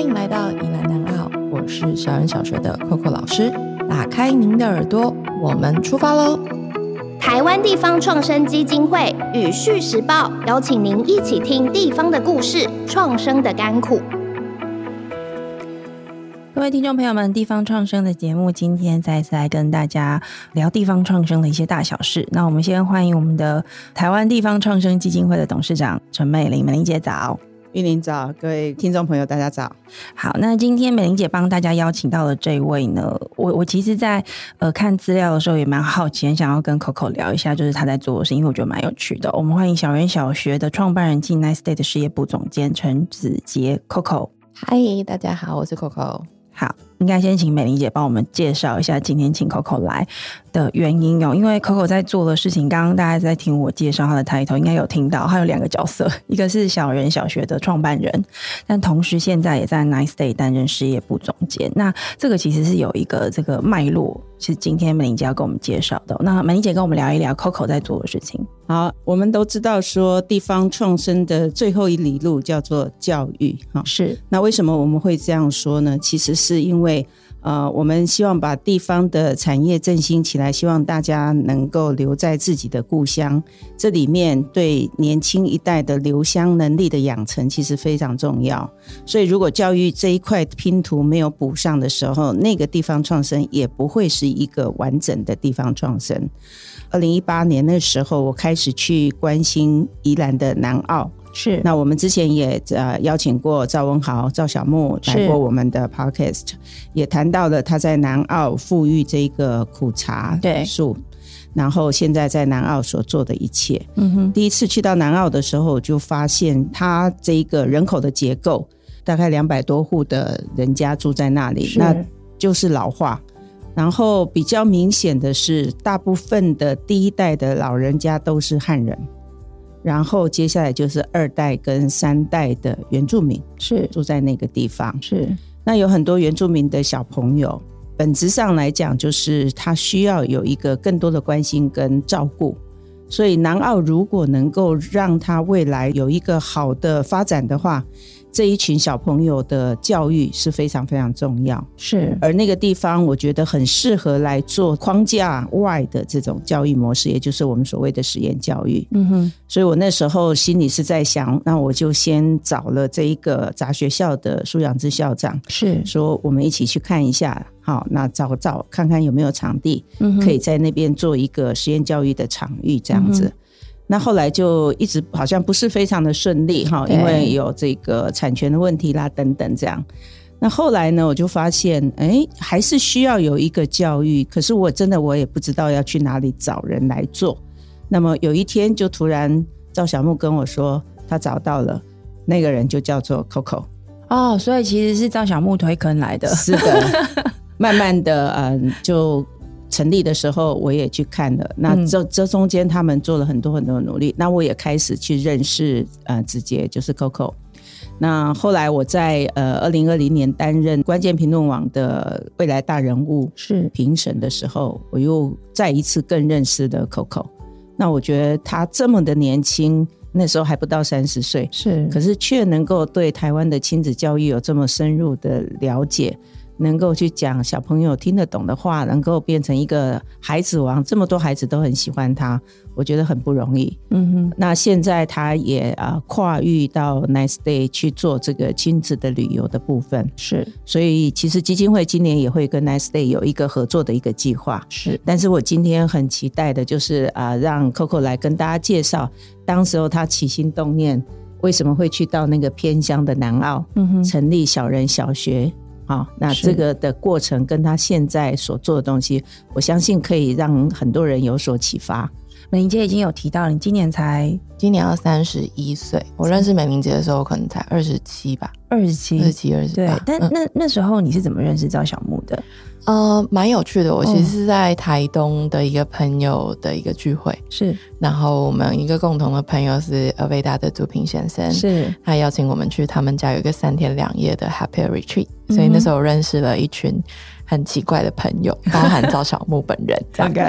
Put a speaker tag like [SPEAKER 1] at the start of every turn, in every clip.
[SPEAKER 1] 迎来到宜兰南澳，我是小人小学的 Coco 老师。打开您的耳朵，我们出发喽！
[SPEAKER 2] 台湾地方创生基金会与《续时报》邀请您一起听地方的故事，创生的甘苦。
[SPEAKER 1] 各位听众朋友们，地方创生的节目今天再次来跟大家聊地方创生的一些大小事。那我们先欢迎我们的台湾地方创生基金会的董事长陈美玲，美玲姐早。
[SPEAKER 3] 玉林早，各位听众朋友，大家早。
[SPEAKER 1] 好，那今天美玲姐帮大家邀请到的这一位呢，我我其实在，呃看资料的时候也蛮好奇，很想要跟 Coco 聊一下，就是她在做的事，因为我觉得蛮有趣的。我们欢迎小园小学的创办人暨 Nice Day 的事业部总监陈子杰 Coco。
[SPEAKER 3] 嗨，大家好，我是 Coco。
[SPEAKER 1] 好，应该先请美玲姐帮我们介绍一下今天请 Coco 来的原因哦，因为 Coco 在做的事情，刚刚大家在听我介绍她的 title，应该有听到，她有两个角色，一个是小人小学的创办人，但同时现在也在 Nice Day 担任事业部总监。那这个其实是有一个这个脉络，是今天美玲姐要跟我们介绍的哦。那美玲姐跟我们聊一聊 Coco 在做的事情。
[SPEAKER 3] 好，我们都知道说，地方创生的最后一里路叫做教育哈。
[SPEAKER 1] 是
[SPEAKER 3] 那为什么我们会这样说呢？其实是因为呃，我们希望把地方的产业振兴起来，希望大家能够留在自己的故乡。这里面对年轻一代的留乡能力的养成其实非常重要。所以，如果教育这一块拼图没有补上的时候，那个地方创生也不会是一个完整的地方创生。二零一八年那时候，我开始去关心宜兰的南澳。
[SPEAKER 1] 是
[SPEAKER 3] 那我们之前也呃邀请过赵文豪、赵小木
[SPEAKER 1] 是
[SPEAKER 3] 来过我们的 podcast，也谈到了他在南澳富裕这个苦茶
[SPEAKER 1] 对
[SPEAKER 3] 树，然后现在在南澳所做的一切。
[SPEAKER 1] 嗯哼，
[SPEAKER 3] 第一次去到南澳的时候，我就发现它这一个人口的结构，大概两百多户的人家住在那里，
[SPEAKER 1] 是
[SPEAKER 3] 那就是老化。然后比较明显的是，大部分的第一代的老人家都是汉人，然后接下来就是二代跟三代的原住民
[SPEAKER 1] 是
[SPEAKER 3] 住在那个地方。
[SPEAKER 1] 是
[SPEAKER 3] 那有很多原住民的小朋友，本质上来讲，就是他需要有一个更多的关心跟照顾。所以南澳如果能够让他未来有一个好的发展的话，这一群小朋友的教育是非常非常重要。
[SPEAKER 1] 是
[SPEAKER 3] 而那个地方，我觉得很适合来做框架外的这种教育模式，也就是我们所谓的实验教育。
[SPEAKER 1] 嗯哼，
[SPEAKER 3] 所以我那时候心里是在想，那我就先找了这一个杂学校的苏养之校长，
[SPEAKER 1] 是
[SPEAKER 3] 说我们一起去看一下，好，那找找看看有没有场地，
[SPEAKER 1] 嗯哼
[SPEAKER 3] 可以在那边做一个实验教育的场域这样子。
[SPEAKER 1] 嗯
[SPEAKER 3] 那后来就一直好像不是非常的顺利哈，
[SPEAKER 1] 对
[SPEAKER 3] 因为有这个产权的问题啦等等这样。那后来呢，我就发现，哎，还是需要有一个教育，可是我真的我也不知道要去哪里找人来做。那么有一天，就突然赵小木跟我说，他找到了那个人，就叫做 Coco。
[SPEAKER 1] 哦，所以其实是赵小木推坑来的。
[SPEAKER 3] 是 的，慢慢的，嗯，就成立的时候我也去看了。那
[SPEAKER 1] 嗯
[SPEAKER 3] 这、这中间他们做了很多很多的努力，那我也开始去认识，呃，直接就是 Coco。那后来我在呃二零二零年担任关键评论网的未来大人物
[SPEAKER 1] 是
[SPEAKER 3] 评审的时候，我又再一次更认识了 Coco。那我觉得他这么的年轻，那时候还不到三十岁，
[SPEAKER 1] 是
[SPEAKER 3] 可是却能够对台湾的亲子教育有这么深入的了解，能够去讲小朋友听得懂的话，能够变成一个孩子王，这么多孩子都很喜欢他，我觉得很不容易。
[SPEAKER 1] 嗯哼。
[SPEAKER 3] 那现在他也啊、呃跨域到 Nice Day 去做这个亲子的旅游的部分，
[SPEAKER 1] 是
[SPEAKER 3] 所以其实基金会今年也会跟 Nice Day 有一个合作的一个计划。
[SPEAKER 1] 是
[SPEAKER 3] 但是我今天很期待的就是啊、让 Coco 来跟大家介绍，当时候他起心动念为什么会去到那个偏乡的南澳，
[SPEAKER 1] 嗯哼
[SPEAKER 3] 成立小人小学。好、那
[SPEAKER 1] 是
[SPEAKER 3] 这个的过程跟他现在所做的东西，我相信可以让很多人有所启发。
[SPEAKER 1] 美玲姐已经有提到，你今年才
[SPEAKER 4] 今年要三十一岁，我认识美玲姐的时候，我可能才二十七吧，
[SPEAKER 1] 二十
[SPEAKER 4] 二十
[SPEAKER 1] 七，
[SPEAKER 4] 七、二十
[SPEAKER 1] 嗯对
[SPEAKER 5] 啊
[SPEAKER 4] 八。。
[SPEAKER 1] 但
[SPEAKER 4] 嗯、
[SPEAKER 1] 那那时候你是怎么认识赵小木的？
[SPEAKER 4] 呃，蛮有趣的。我其
[SPEAKER 1] 嗯
[SPEAKER 4] 实是在台东的一个朋友的一个聚会，
[SPEAKER 1] 是
[SPEAKER 4] 然后我们一个共同的朋友是阿维达的朱平先生，
[SPEAKER 1] 是
[SPEAKER 4] 他邀请我们去他们家有一个三天两夜的 Happy Retreat，、所以那时候我认识了一群很奇怪的朋友，包含赵小木本人。这样
[SPEAKER 1] OK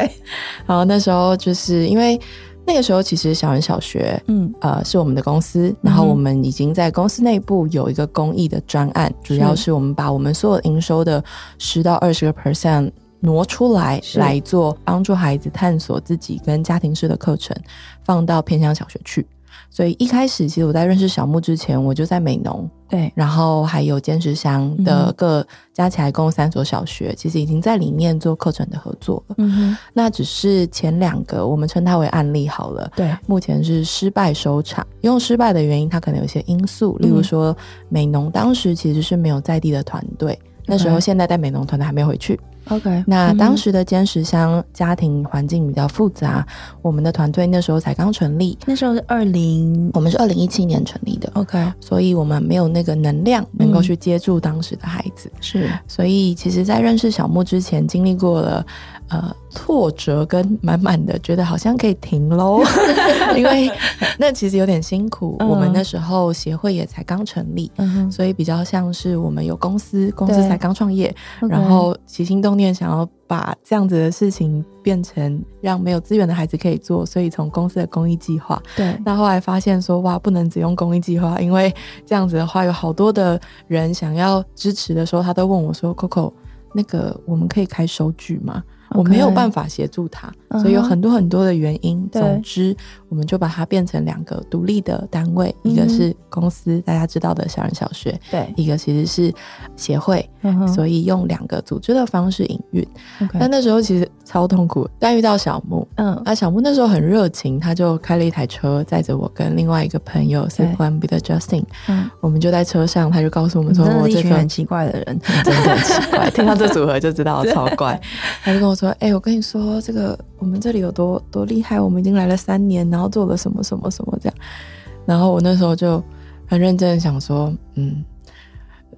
[SPEAKER 4] 然后那时候就是因为那个时候其实小人小学，
[SPEAKER 5] 嗯，
[SPEAKER 4] 呃，是我们的公司，然后我们已经在公司内部有一个公益的专案，主要是我们把我们所有营收的十到二十个 percent 挪出来，
[SPEAKER 5] 是
[SPEAKER 4] 来做帮助孩子探索自己跟家庭式的课程，放到偏乡小学去。所以一开始，其实我在认识小木之前，我就在美农，
[SPEAKER 5] 对，
[SPEAKER 4] 然后还有坚持乡
[SPEAKER 5] 嗯
[SPEAKER 4] 的各加起来共三所小学，其实已经在里面做课程的合作了。
[SPEAKER 5] 嗯哼，
[SPEAKER 4] 那只是前两个，我们称它为案例好了。
[SPEAKER 5] 对，
[SPEAKER 4] 目前是失败收场，用失败的原因，它可能有一些因素，例如说美农当时其实是没有在地的团队，那时候
[SPEAKER 5] OK
[SPEAKER 4] 现在在美农团队还没回去。
[SPEAKER 5] OK，嗯
[SPEAKER 4] 那当时的坚持乡家庭环境比较复杂，我们的团队那时候才刚成立，
[SPEAKER 5] 那时候是二零
[SPEAKER 4] 我们是二零一七年成立的，
[SPEAKER 5] ，OK，
[SPEAKER 4] 所以我们没有那个能量能够去接住当时的孩子。
[SPEAKER 5] 是
[SPEAKER 4] 所以其实，在认识小木之前，经历过了呃挫折跟满满的觉得好像可以 停喽，因为那其实有点辛苦。
[SPEAKER 5] 嗯
[SPEAKER 4] 我们那时候协会也才刚成立。
[SPEAKER 5] 嗯哼，
[SPEAKER 4] 所以比较像是我们有公司，公司
[SPEAKER 5] 对
[SPEAKER 4] 才刚创业，
[SPEAKER 5] OK
[SPEAKER 4] 然后起心动念想要把这样子的事情变成让没有资源的孩子可以做，所以从公司的公益计划，
[SPEAKER 5] 对
[SPEAKER 4] 那后来发现说，哇，不能只用公益计划，因为这样子的话，有好多的人想要支持的时候，他都问我说：“Coco，那个我们可以开收据吗？”
[SPEAKER 5] OK
[SPEAKER 4] 我没有办法协助他
[SPEAKER 5] 嗯哼
[SPEAKER 4] 所以有很多很多的原因。
[SPEAKER 5] 对
[SPEAKER 4] 总之，我们就把它变成两个独立的单位，一
[SPEAKER 5] 嗯
[SPEAKER 4] 个是公司大家知道的小人小学，
[SPEAKER 5] 对，
[SPEAKER 4] 一个其实是协会，
[SPEAKER 5] 嗯哼
[SPEAKER 4] 所以用两个组织的方式营运。
[SPEAKER 5] ，OK，
[SPEAKER 4] 但那时候其实超痛苦，但遇到小木，
[SPEAKER 5] 嗯
[SPEAKER 4] 那小木那时候很热情，他就开了一台车，载着我跟另外一个朋友
[SPEAKER 5] 对
[SPEAKER 4] C Plan B 的 Justin，
[SPEAKER 5] 嗯，
[SPEAKER 4] 我们就在车上，他就告诉我们
[SPEAKER 5] 你
[SPEAKER 4] 说，
[SPEAKER 5] 真的
[SPEAKER 4] 我
[SPEAKER 5] 是一
[SPEAKER 4] 这
[SPEAKER 5] 群
[SPEAKER 4] 个
[SPEAKER 5] 很奇怪的 人，
[SPEAKER 4] 真的很奇怪， 听到这组合就知道超怪。他就跟我说：“哎、我跟你说，这个我们这里有多多厉害，我们已经来了三年，然后做了什么什么什么这样。”然后我那时候就很认真的想说：“嗯，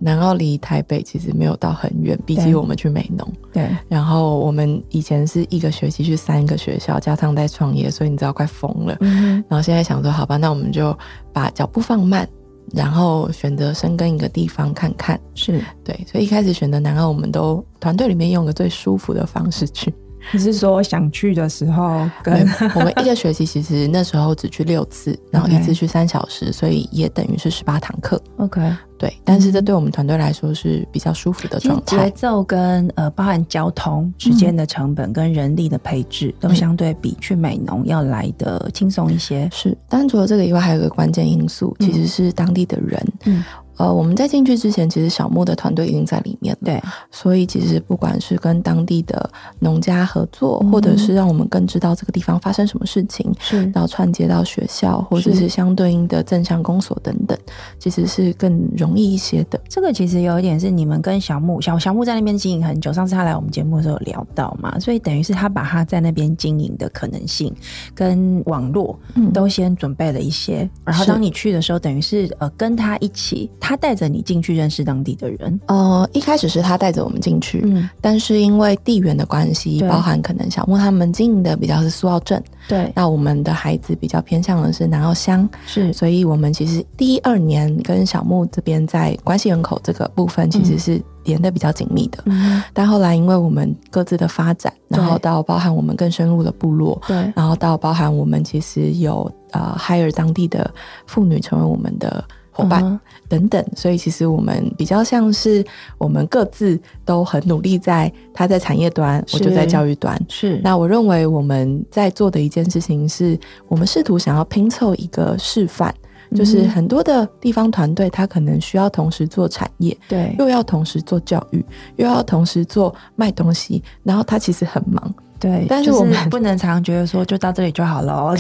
[SPEAKER 4] 南澳离台北其实没有到很远，毕
[SPEAKER 5] 对
[SPEAKER 4] 竟我们去美农。”
[SPEAKER 5] 对，
[SPEAKER 4] 然后我们以前是一个学期去三个学校，加上在创业，所以你知道快疯了。
[SPEAKER 5] 嗯
[SPEAKER 4] 然后现在想说，好吧，那我们就把脚步放慢，然后选择深耕一个地方看看。
[SPEAKER 5] 哼，是，
[SPEAKER 4] 对，所以一开始选择南澳，我们都团队里面用个最舒服的方式 去。
[SPEAKER 5] 你是说想去的时候
[SPEAKER 4] 对
[SPEAKER 5] 跟，
[SPEAKER 4] 我们一个学期其实那时候只去六次，然后一
[SPEAKER 5] OK
[SPEAKER 4] 次去三小时，所以也等于是十八堂课。
[SPEAKER 5] OK
[SPEAKER 4] 对，但是这对我们团队来说是比较舒服的
[SPEAKER 5] 嗯其实
[SPEAKER 4] 状
[SPEAKER 5] 节
[SPEAKER 4] 态。
[SPEAKER 5] 奏跟呃，包含交通、时间的成本跟人力的配置，
[SPEAKER 4] 嗯
[SPEAKER 5] 都相对比去美农要来的轻松一些。
[SPEAKER 4] 是，但除了这个以外，还有一个关键因素，其实是当地的人。
[SPEAKER 5] 嗯，
[SPEAKER 4] 呃，我们在进去之前，其实小木的团队已经在里面了，
[SPEAKER 5] 对，
[SPEAKER 4] 所以其实不管是跟当地的农家合作，
[SPEAKER 5] 嗯
[SPEAKER 4] 或者是让我们更知道这个地方发生什么事情，
[SPEAKER 5] 是
[SPEAKER 4] 然后串接到学校或者
[SPEAKER 5] 是
[SPEAKER 4] 是相对应的镇上公所等等，其实是更容易一些的。
[SPEAKER 5] 这个其实有一点是你们跟小木小小木在那边经营很久，上次他来我们节目的时候有聊到嘛，所以等于是他把他在那边经营的可能性跟网络
[SPEAKER 4] 嗯
[SPEAKER 5] 都先准备了一些，然后
[SPEAKER 4] 是
[SPEAKER 5] 当你去的时候，等于是呃跟他一起，他带着你进去认识当地的人，
[SPEAKER 4] 呃，一开始是他带着我们进去，
[SPEAKER 5] 嗯，
[SPEAKER 4] 但是因为地缘的关系，
[SPEAKER 5] 对
[SPEAKER 4] 包含可能小木他们经营的比较是苏澳镇，
[SPEAKER 5] 对，
[SPEAKER 4] 那我们的孩子比较偏向的是南澳乡，
[SPEAKER 5] 是
[SPEAKER 4] 所以我们其实第一二年跟小木这边在关系人口这个部分其实是连的比较紧密的，
[SPEAKER 5] 嗯，
[SPEAKER 4] 但后来因为我们各自的发展，
[SPEAKER 5] 对
[SPEAKER 4] 然后到包含我们更深入的部落，
[SPEAKER 5] 对，
[SPEAKER 4] 然后到包含我们其实有呃 hire 当地的妇女成为我们的伙伴、
[SPEAKER 5] 嗯哼
[SPEAKER 4] 等等，所以其实我们比较像是我们各自都很努力在，他在产业端，我就是在教育端。
[SPEAKER 5] 是
[SPEAKER 4] 那我认为我们在做的一件事情是，我们试图想要拼凑一个示范，就是
[SPEAKER 5] 嗯
[SPEAKER 4] 很多的地方团队，它可能需要同时做产业，
[SPEAKER 5] 对
[SPEAKER 4] 又要同时做教育，又要同时做卖东西，然后它其实很 忙。
[SPEAKER 5] 对，
[SPEAKER 4] 但是
[SPEAKER 5] 就
[SPEAKER 4] 我们
[SPEAKER 5] 不能常常觉得说就到这里就好了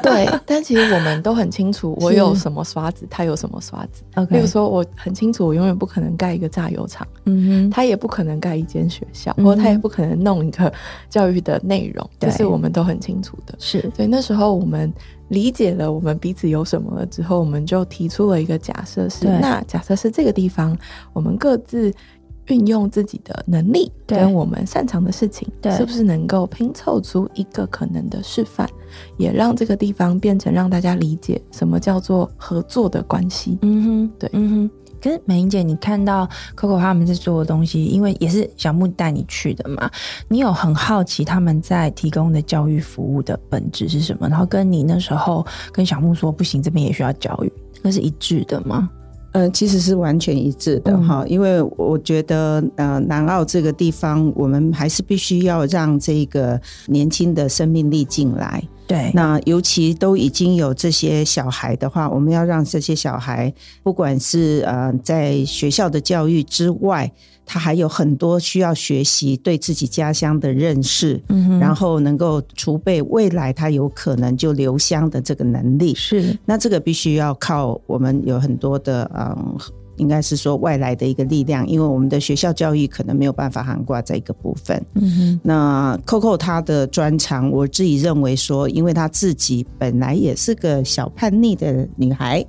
[SPEAKER 4] 对，但其实我们都很清楚，我
[SPEAKER 5] 是
[SPEAKER 4] 有什么刷子，他有什么刷子。例
[SPEAKER 5] ，OK，
[SPEAKER 4] 如说，我很清楚，我永远不可能盖一个榨油厂，
[SPEAKER 5] 嗯哼，
[SPEAKER 4] 他也不可能盖一间学校，
[SPEAKER 5] 嗯
[SPEAKER 4] 或他也不可能弄一个教育的内容，
[SPEAKER 5] 对
[SPEAKER 4] 这是我们都很清楚的。
[SPEAKER 5] 是
[SPEAKER 4] 所以那时候我们理解了我们彼此有什么了之后，我们就提出了一个假设是：
[SPEAKER 5] 对
[SPEAKER 4] 那假设是这个地方，我们各自运用自己的能力
[SPEAKER 1] 对
[SPEAKER 4] 跟我们擅长的事情，
[SPEAKER 1] 对
[SPEAKER 4] 是不是能够拼凑出一个可能的示范，也让这个地方变成让大家理解什么叫做合作的关系。
[SPEAKER 1] 嗯哼，
[SPEAKER 4] 对
[SPEAKER 1] 嗯哼。可是美玲姐，你看到 Coco 他们在做的东西，因为也是小木带你去的嘛，你有很好奇他们在提供的教育服务的本质是什么？然后跟你那时候跟小木说不行，这边也需要教育，这个是一致的吗？
[SPEAKER 3] 呃，其实是完全一致的
[SPEAKER 1] 嗯
[SPEAKER 3] 哈，因为我觉得呃，南澳这个地方，我们还是必须要让这个年轻的生命力进来。
[SPEAKER 1] 对，
[SPEAKER 3] 那尤其都已经有这些小孩的话，我们要让这些小孩，不管是呃在学校的教育之外，他还有很多需要学习对自己家乡的认识，
[SPEAKER 1] 嗯哼，
[SPEAKER 3] 然后能够储备未来他有可能就留乡的这个能力。
[SPEAKER 4] 嗯
[SPEAKER 1] 是
[SPEAKER 3] 那这个必须要靠我们有很多的嗯。应该是说外来的一个力量，因为我们的学校教育可能没有办法涵盖这一个部分。
[SPEAKER 1] 嗯
[SPEAKER 3] 那 Coco 他的专长，我自己认为说，因为她自己本来也是个小叛逆的女孩，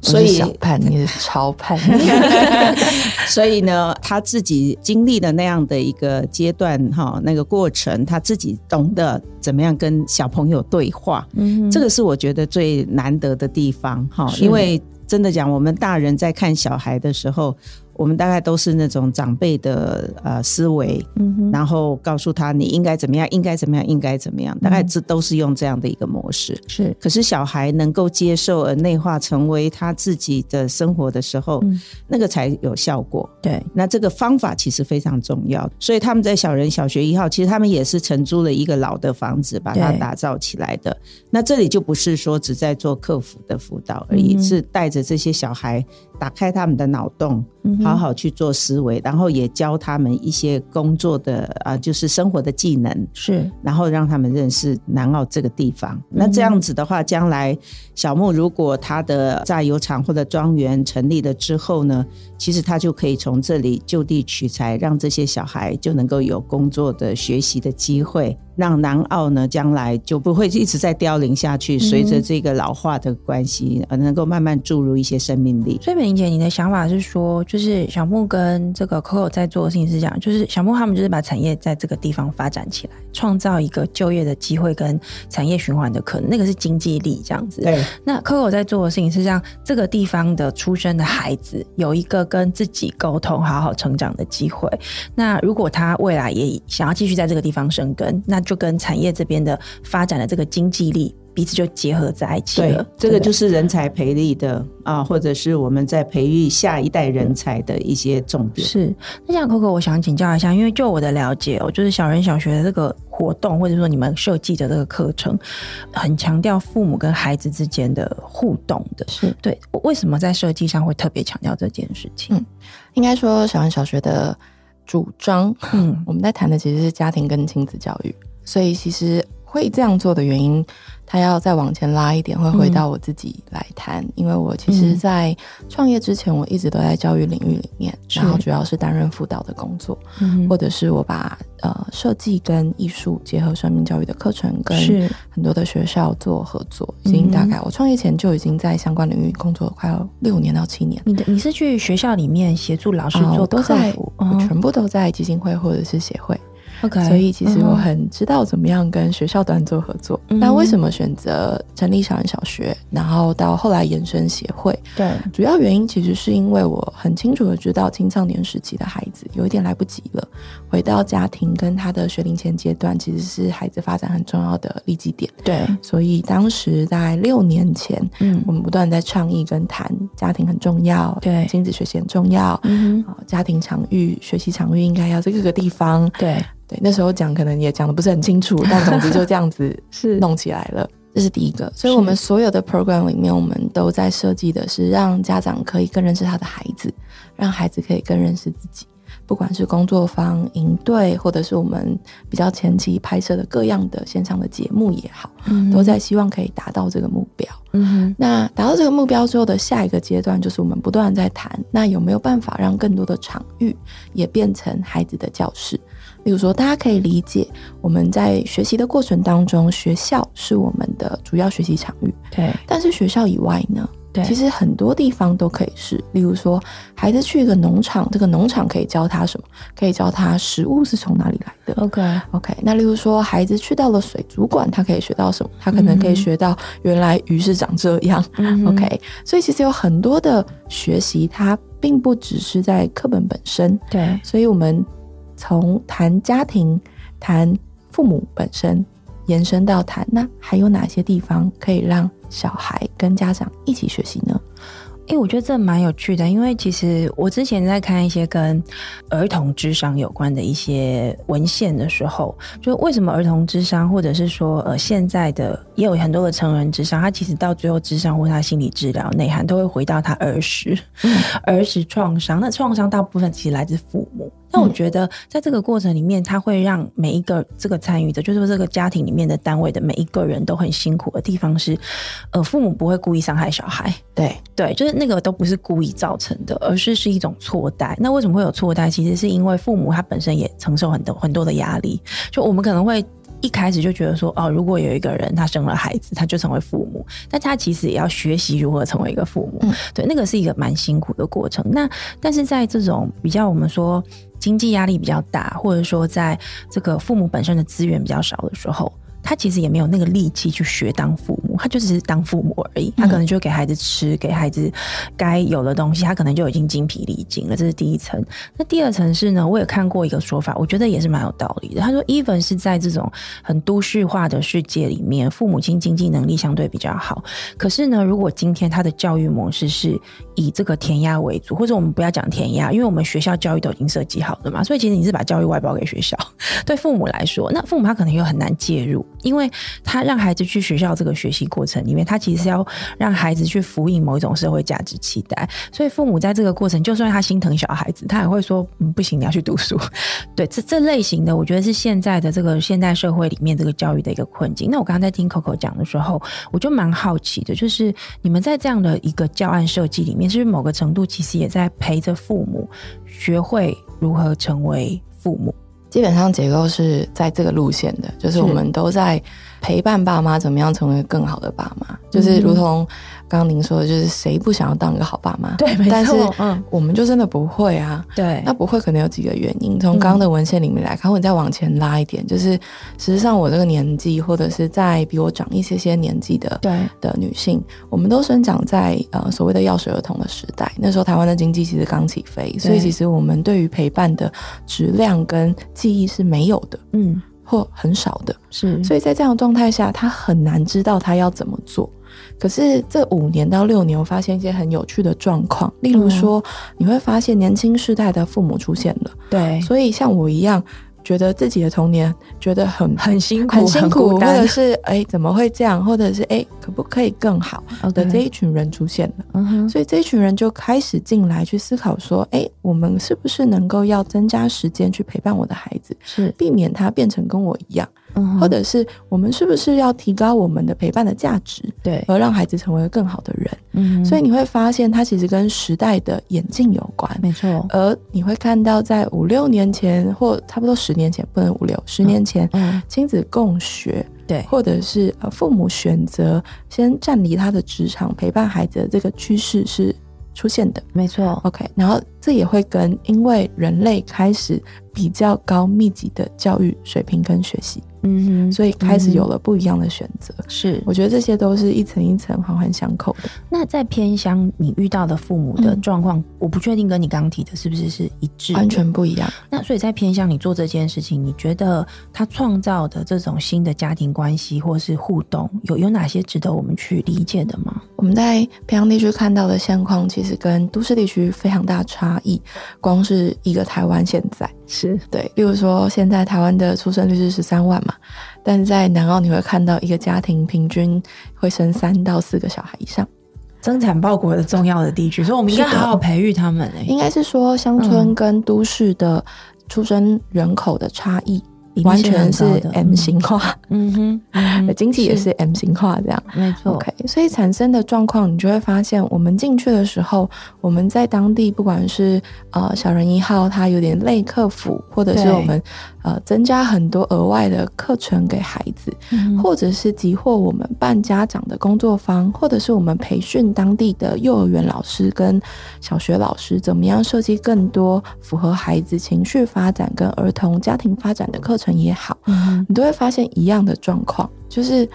[SPEAKER 3] 所
[SPEAKER 4] 我是
[SPEAKER 3] 以
[SPEAKER 4] 小叛逆，超叛逆，
[SPEAKER 3] 所以呢，她自己经历了那样的一个阶段哈，那个过程，她自己懂得怎么样跟小朋友对话，
[SPEAKER 1] 嗯
[SPEAKER 3] 这个是我觉得最难得的地方哈，
[SPEAKER 1] 是
[SPEAKER 3] 因为真的讲，我们大人在看小孩的时候，我们大概都是那种长辈的呃思维，
[SPEAKER 1] 嗯哼，
[SPEAKER 3] 然后告诉他你应该怎么样，应该怎么样，应该怎么样，
[SPEAKER 1] 嗯
[SPEAKER 3] 大概这都是用这样的一个模式。
[SPEAKER 1] 是
[SPEAKER 3] 可是小孩能够接受而内化成为他自己的生活的时候，
[SPEAKER 1] 嗯
[SPEAKER 3] 那个才有效果。
[SPEAKER 1] 对，
[SPEAKER 3] 那这个方法其实非常重要，所以他们在小人小学一号，其实他们也是承租了一个老的房子，把它
[SPEAKER 1] 对
[SPEAKER 3] 打造起来的。那这里就不是说只在做客服的辅导而已，
[SPEAKER 1] 嗯哼
[SPEAKER 3] 是带着这些小孩打开他们的脑洞，
[SPEAKER 1] 嗯
[SPEAKER 3] 好好去做思维，然后也教他们一些工作的啊、就是生活的技能。
[SPEAKER 1] 是
[SPEAKER 3] 然后让他们认识南澳这个地方。那这样子的话，将来小木如果他的榨油厂或者庄园成立了之后呢，其实他就可以从这里就地取材，让这些小孩就能够有工作的学习的机会，让南澳呢将来就不会一直在凋零下去。随着这个老化的关系，呃，能够慢慢注入一些生命力。
[SPEAKER 1] 所以美玲姐，你的想法是说，就是小木跟这个 Coco 在做的事情是这样，就是小木他们就是把产业在这个地方发展起来，创造一个就业的机会跟产业循环的可能，那个是经济力这样子。
[SPEAKER 3] 对，
[SPEAKER 1] 那 Coco 在做的事情是让这个地方的出生的孩子有一个跟自己沟通、好好成长的机会。那如果他未来也想要继续在这个地方生根，那就跟产业这边的发展的这个经济力彼此就结合在一起了
[SPEAKER 3] 对。，这个
[SPEAKER 1] 对不对
[SPEAKER 3] 就是人才培力的啊，或者是我们在培育下一代人才的一些重点。
[SPEAKER 1] 是，那像 Coco，我想请教一下，因为就我的了解哦，就是小人小学的这个活动，或者说你们设计的这个课程，很强调父母跟孩子之间的互动的。
[SPEAKER 4] 是
[SPEAKER 1] 对，为什么在设计上会特别强调这件事情？
[SPEAKER 4] 应该说小安小学的主张，
[SPEAKER 1] 嗯
[SPEAKER 4] 我们在谈的其实是家庭跟亲子教育，所以其实会这样做的原因，它要再往前拉一点，会回到我自己来谈，因为我其实，
[SPEAKER 1] 嗯
[SPEAKER 4] 在创业之前，我一直都在教育领域里面，
[SPEAKER 1] 是
[SPEAKER 4] 然后主要是担任辅导的工作，
[SPEAKER 1] 嗯
[SPEAKER 4] 或者是我把呃设计跟艺术结合生命教育的课程跟
[SPEAKER 1] 是嗯
[SPEAKER 4] 很多的学校做合作，已经大概我创业前就已经在相关领域工作了快要六年到七年。
[SPEAKER 1] 你的你是去学校里面协助老师
[SPEAKER 4] 啊
[SPEAKER 1] 做
[SPEAKER 4] 我都
[SPEAKER 1] 客
[SPEAKER 4] 在，
[SPEAKER 1] 服，嗯哦
[SPEAKER 4] 我全部都在基金会或者是协会，
[SPEAKER 1] OK，
[SPEAKER 4] 所以其实我
[SPEAKER 1] 嗯
[SPEAKER 4] 很知道怎么样跟学校端做合作。
[SPEAKER 1] 嗯
[SPEAKER 4] 那为什么选择成立小人小学，然后到后来延伸协会？
[SPEAKER 1] 对
[SPEAKER 4] 主要原因其实是因为我很清楚的知道青少年时期的孩子有一点来不及了，回到家庭跟他的学龄前阶段，其实是孩子发展很重要的立基点。
[SPEAKER 1] 对，
[SPEAKER 4] 所以当时在六年前，
[SPEAKER 1] 嗯
[SPEAKER 4] 我们不断在倡议跟谈家庭很重要，
[SPEAKER 1] 对
[SPEAKER 4] 亲子学习很重要，
[SPEAKER 1] 嗯哼，
[SPEAKER 4] 啊，家庭场域、学习场域应该要在各个地方。
[SPEAKER 1] 对
[SPEAKER 4] 对，那时候讲可能也讲的不是很清楚，但总之就这样子
[SPEAKER 1] 是
[SPEAKER 4] 弄起来了。这是第一个，所以我们所有的 program 里面，我们都在设计的是让家长可以更认识他的孩子，让孩子可以更认识自己。不管是工作坊、营队，或者是我们比较前期拍摄的各样的线上的节目也好，都在希望可以达到这个目标。
[SPEAKER 1] 嗯
[SPEAKER 4] 那达到这个目标之后的下一个阶段，就是我们不断地在谈，那有没有办法让更多的场域也变成孩子的教室？例如说，大家可以理解，我们在学习的过程当中，学校是我们的主要学习场域，
[SPEAKER 1] 哼，对
[SPEAKER 4] 但是学校以外呢，
[SPEAKER 1] 对
[SPEAKER 4] 其实很多地方都可以试，例如说，孩子去一个农场，这个农场可以教他什么？可以教他食物是从哪里来的。
[SPEAKER 1] OK，
[SPEAKER 4] OK，那例如说，孩子去到了水族馆，他可以学到什么？他可
[SPEAKER 1] 嗯
[SPEAKER 4] 能可以学到原来鱼是长这样。OK，所以其实有很多的学习，它并不只是在课本本身。
[SPEAKER 1] 对，
[SPEAKER 4] 所以我们从谈家庭、谈父母本身，延伸到谈那还有哪些地方可以让小孩跟家长一起学习呢？
[SPEAKER 1] 哎、我觉得这蛮有趣的，因为其实我之前在看一些跟儿童智商有关的一些文献的时候，就为什么儿童智商，或者是说呃现在的也有很多的成人智商，他其实到最后智商或他心理治疗内涵都会回到他儿时， 儿时创伤。那创伤大部分其实来自父母。那我觉得在这个过程里面，他会让每一个这个参与者，就是这个家庭里面的单位的每一个人都很辛苦的地方是，呃，父母不会故意伤害小孩。
[SPEAKER 4] 对，
[SPEAKER 1] 对，就是那个都不是故意造成的，而是是一种错待。那为什么会有错待？其实是因为父母他本身也承受很多很多的压力。就我们可能会一开始就觉得说，哦，如果有一个人他生了孩子，他就成为父母，但他其实也要学习如何成为一个父母。
[SPEAKER 4] 嗯
[SPEAKER 1] 对，那个是一个蛮辛苦的过程。那但是在这种比较我们说经济压力比较大，或者说在这个父母本身的资源比较少的时候。他其实也没有那个力气去学当父母，他就只是当父母而已。他可能就给孩子吃，给孩子该有的东西，他可能就已经精疲力尽了。这是第一层。那第二层是呢，我也看过一个说法，我觉得也是蛮有道理的。他说，even 是在这种很都市化的世界里面，父母亲经济能力相对比较好，可是呢，如果今天他的教育模式是以这个填鸭为主，或者我们不要讲填鸭，因为我们学校教育都已经设计好了嘛，所以其实你是把教育外包给学校。对父母来说，那父母他可能又很难介入，因为他让孩子去学校这个学习过程里面，他其实是要让孩子去辅以某一种社会价值期待，所以父母在这个过程，就算他心疼小孩子，他也会说，嗯，不行，你要去读书。 对，这这类型的，我觉得是现在的这个现代社会里面这个教育的一个困境。那我刚刚在听 Coco 讲的时候，我就蛮好奇的，就是你们在这样的一个教案设计里面，是不是某个程度其实也在陪着父母学会如何成为父母？
[SPEAKER 4] 基本上结构是在这个路线的，就是我们都在陪伴爸妈怎么样成为更好的爸妈，就是如同刚刚您说的，就是谁不想要当一个好爸妈？
[SPEAKER 1] 对没错
[SPEAKER 4] 但是
[SPEAKER 1] 嗯
[SPEAKER 4] 我们就真的不会啊。
[SPEAKER 1] 对
[SPEAKER 4] 那不会可能有几个原因，从刚刚的文献里面来看，或者再往前拉一点，就是实际上我这个年纪，或者是在比我长一些些年纪的
[SPEAKER 1] 对
[SPEAKER 4] 的女性，我们都生长在呃所谓的药水儿童的时代。那时候台湾的经济其实刚起飞，所以其实我们对于陪伴的质量跟记忆是没有的，
[SPEAKER 1] 嗯，
[SPEAKER 4] 或很少的。
[SPEAKER 1] 是，
[SPEAKER 4] 所以在这样的状态下，他很难知道他要怎么做。可是这五年到六年，我发现一些很有趣的状况，例
[SPEAKER 1] 嗯
[SPEAKER 4] 如说，你会发现年轻世代的父母出现了，
[SPEAKER 1] 对
[SPEAKER 4] 所以像我一样，觉得自己的童年觉得很
[SPEAKER 1] 很辛苦，
[SPEAKER 4] 很辛苦，
[SPEAKER 1] 孤
[SPEAKER 4] 或者
[SPEAKER 1] 单。
[SPEAKER 4] 是哎、怎么会这样，或者是哎、可不可以更好
[SPEAKER 1] OK
[SPEAKER 4] 的这一群人出现了，
[SPEAKER 1] 嗯哼，
[SPEAKER 4] 所以这一群人就开始进来去思考说，哎、我们是不是能够要增加时间去陪伴我的孩子，
[SPEAKER 1] 是，
[SPEAKER 4] 避免他变成跟我一样，
[SPEAKER 1] 嗯
[SPEAKER 4] 或者是我们是不是要提高我们的陪伴的价值，
[SPEAKER 1] 对，
[SPEAKER 4] 而让孩子成为更好的人？
[SPEAKER 1] 嗯
[SPEAKER 4] 所
[SPEAKER 1] 以
[SPEAKER 4] 以你会发现，它其实跟时代的演进有关。
[SPEAKER 1] 没错，
[SPEAKER 4] 而你会看到，在五六年前或差不多十年前，不能五六，十年前，
[SPEAKER 1] 嗯，
[SPEAKER 4] 亲子共学，
[SPEAKER 1] 对，
[SPEAKER 4] 或者是呃父母选择先站离他的职场，陪伴孩子的这个趋势是出现的。
[SPEAKER 1] 没错，
[SPEAKER 4] OK，然后这也会跟因为人类开始比较高密集的教育水平跟学习，
[SPEAKER 1] 嗯哼，
[SPEAKER 4] 所以开始有了不一样的选择。
[SPEAKER 1] 是
[SPEAKER 4] 我觉得这些都是一层一层环环相扣的。
[SPEAKER 1] 那在偏乡，你遇到的父母的
[SPEAKER 4] 嗯
[SPEAKER 1] 状况，我不确定跟你刚提的是不是是一致的
[SPEAKER 4] 完全不一样。
[SPEAKER 1] 那所以在偏向你做这件事情，你觉得他创造的这种新的家庭关系或是互动，有有哪些值得我们去理解的吗？
[SPEAKER 4] 我们在偏乡地区看到的现况，其实跟都市地区非常大差异。光是一个台湾现在，
[SPEAKER 1] 是
[SPEAKER 4] 对，例如说现在台湾的出生率是十三万嘛，但在南澳你会看到一个家庭平均会生三到四个小孩以上。
[SPEAKER 1] 增产报国的重要的地区，所以我们应该
[SPEAKER 4] 是的
[SPEAKER 1] 好好培育他们、欸。
[SPEAKER 4] 应该是说乡村跟都市的出生人口的差异。
[SPEAKER 5] 比例
[SPEAKER 4] 完
[SPEAKER 5] 是很
[SPEAKER 4] 全是
[SPEAKER 5] 高的
[SPEAKER 4] M 型化，
[SPEAKER 1] 嗯哼，嗯哼
[SPEAKER 4] 经济也是 M 型化这样。
[SPEAKER 1] 没错
[SPEAKER 4] OK，所以产生的状况，你就会发现，我们进去的时候，我们在当地不管是呃小人一号，它有点类客服，或者是
[SPEAKER 1] 对
[SPEAKER 4] 我们呃增加很多额外的课程给孩子，
[SPEAKER 1] 嗯
[SPEAKER 4] 或者是集获我们办家长的工作坊，或者是我们培训当地的幼儿园老师跟小学老师，怎么样设计更多符合孩子情绪发展跟儿童家庭发展的课程也好。
[SPEAKER 1] 嗯
[SPEAKER 4] 你都会发现一样的状况，就是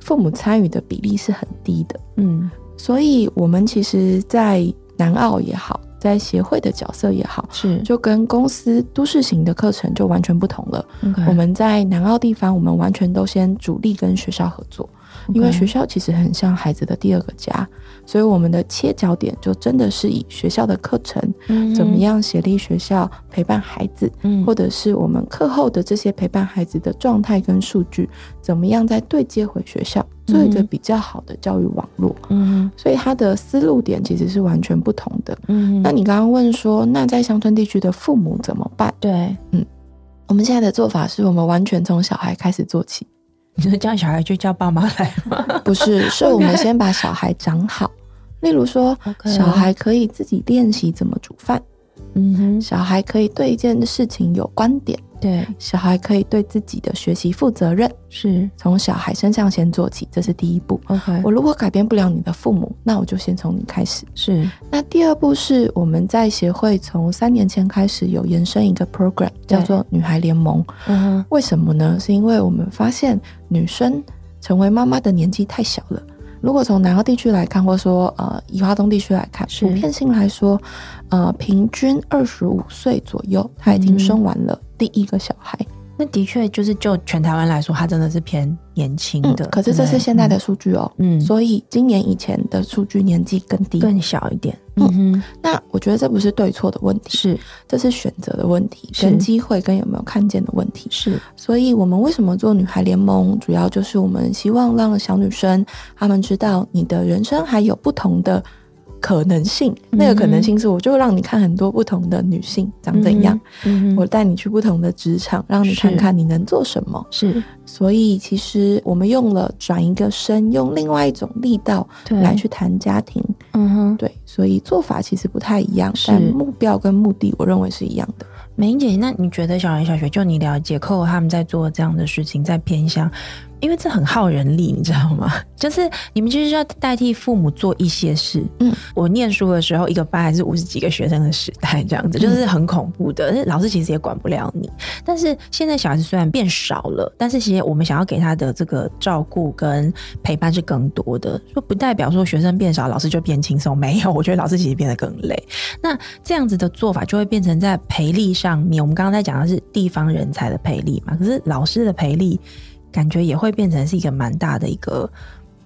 [SPEAKER 4] 父母参与的比例是很低的。
[SPEAKER 1] 嗯，
[SPEAKER 4] 所以，我们其实，在南澳也好，在协会的角色也好，
[SPEAKER 1] 是
[SPEAKER 4] 就跟公司都市型的课程就完全不同了。
[SPEAKER 1] OK
[SPEAKER 4] 我们在南澳地方，我们完全都先主力跟学校合作，因为学校其实很像孩子的第二个家，所以我们的切角点就真的是以学校的课程
[SPEAKER 1] 嗯
[SPEAKER 4] 怎么样协力学校陪伴孩子，
[SPEAKER 1] 嗯
[SPEAKER 4] 或者是我们课后的这些陪伴孩子的状态跟数据，怎么样再对接回学校，做一个比较好的教育网络。
[SPEAKER 1] 嗯
[SPEAKER 4] 所以他的思路点其实是完全不同的。
[SPEAKER 1] 嗯
[SPEAKER 4] 那你刚刚问说，那在乡村地区的父母怎么办？
[SPEAKER 1] 对，
[SPEAKER 4] 我们现在的做法是我们完全从小孩开始做 起，
[SPEAKER 1] 你就叫小孩就叫爸妈来嘛，
[SPEAKER 4] 不是，是我们先把小孩长 好。例如说
[SPEAKER 1] OK
[SPEAKER 4] 小孩可以自己练习怎么煮饭，
[SPEAKER 1] 嗯哼，
[SPEAKER 4] 小孩可以对一件事情有观点，
[SPEAKER 1] 对，
[SPEAKER 4] 小孩可以对自己的学习负责任，
[SPEAKER 1] 是
[SPEAKER 4] 从小孩身上先做起，这是第一步。
[SPEAKER 1] OK，
[SPEAKER 4] 我如果改变不了你的父母，那我就先从你开始。
[SPEAKER 1] 是
[SPEAKER 4] 那第二步是我们在协会从三年前开始有延伸一个 program，
[SPEAKER 1] 对
[SPEAKER 4] 叫做女孩联盟。
[SPEAKER 1] 嗯哼
[SPEAKER 4] 为什么呢？是因为我们发现女生成为妈妈的年纪太小了。如果从南澳地区来看，或说呃宜花东地区来看，
[SPEAKER 1] 是
[SPEAKER 4] 普遍性来说，呃，平均二十五岁左右，她已
[SPEAKER 1] 嗯
[SPEAKER 4] 经生完了第一个小孩。
[SPEAKER 1] 那的确就是就全台湾来说，它真的是偏年轻
[SPEAKER 4] 嗯
[SPEAKER 1] 的，，
[SPEAKER 4] 可是这是现在的数据哦。
[SPEAKER 1] 嗯
[SPEAKER 4] 所以今年以前的数据年纪更低，
[SPEAKER 1] 更小一点，
[SPEAKER 4] 嗯
[SPEAKER 1] 哼，
[SPEAKER 4] 那我觉得这不是对错的问题，
[SPEAKER 1] 是
[SPEAKER 4] 这是选择的问题，
[SPEAKER 1] 是
[SPEAKER 4] 跟机会跟有没有看见的问题。
[SPEAKER 1] 是
[SPEAKER 4] 所以我们为什么做女孩联盟，主要就是我们希望让小女生她们知道，你的人生还有不同的可能性。
[SPEAKER 1] 嗯
[SPEAKER 4] 那个可能性是，我就让你看很多不同的女性长怎样，
[SPEAKER 1] 嗯
[SPEAKER 4] 我带你去不同的职场，让你
[SPEAKER 1] 是
[SPEAKER 4] 看看你能做什么。
[SPEAKER 1] 是
[SPEAKER 4] 所以其实我们用了转一个身，用另外一种力道
[SPEAKER 1] 对
[SPEAKER 4] 来去谈家庭。
[SPEAKER 1] 嗯哼。
[SPEAKER 4] 对，所以做法其实不太一样，
[SPEAKER 1] 是
[SPEAKER 4] 但目标跟目的，我认为是一样的。
[SPEAKER 1] 美英姐，那你觉得小人小学就你了解客户他们在做这样的事情，在偏向，因为这很耗人力，你知道吗？ 就是你们就是要代替父母做一些事。
[SPEAKER 4] 嗯，
[SPEAKER 1] 我念书的时候，一个班还是五十几个学生的时代，这样子就是很恐怖的。那老师其实也管不了你。但是现在小孩子虽然变少了，但是其实我们想要给他的这个照顾跟陪伴是更多的，说不代表说学生变少，老师就变轻松。没有，我觉得老师其实变得更累。那这样子的做法就会变成在培力上面，我们刚刚在讲的是地方人才的培力嘛，可是老师的培力感觉也会变成是一个蛮大的一个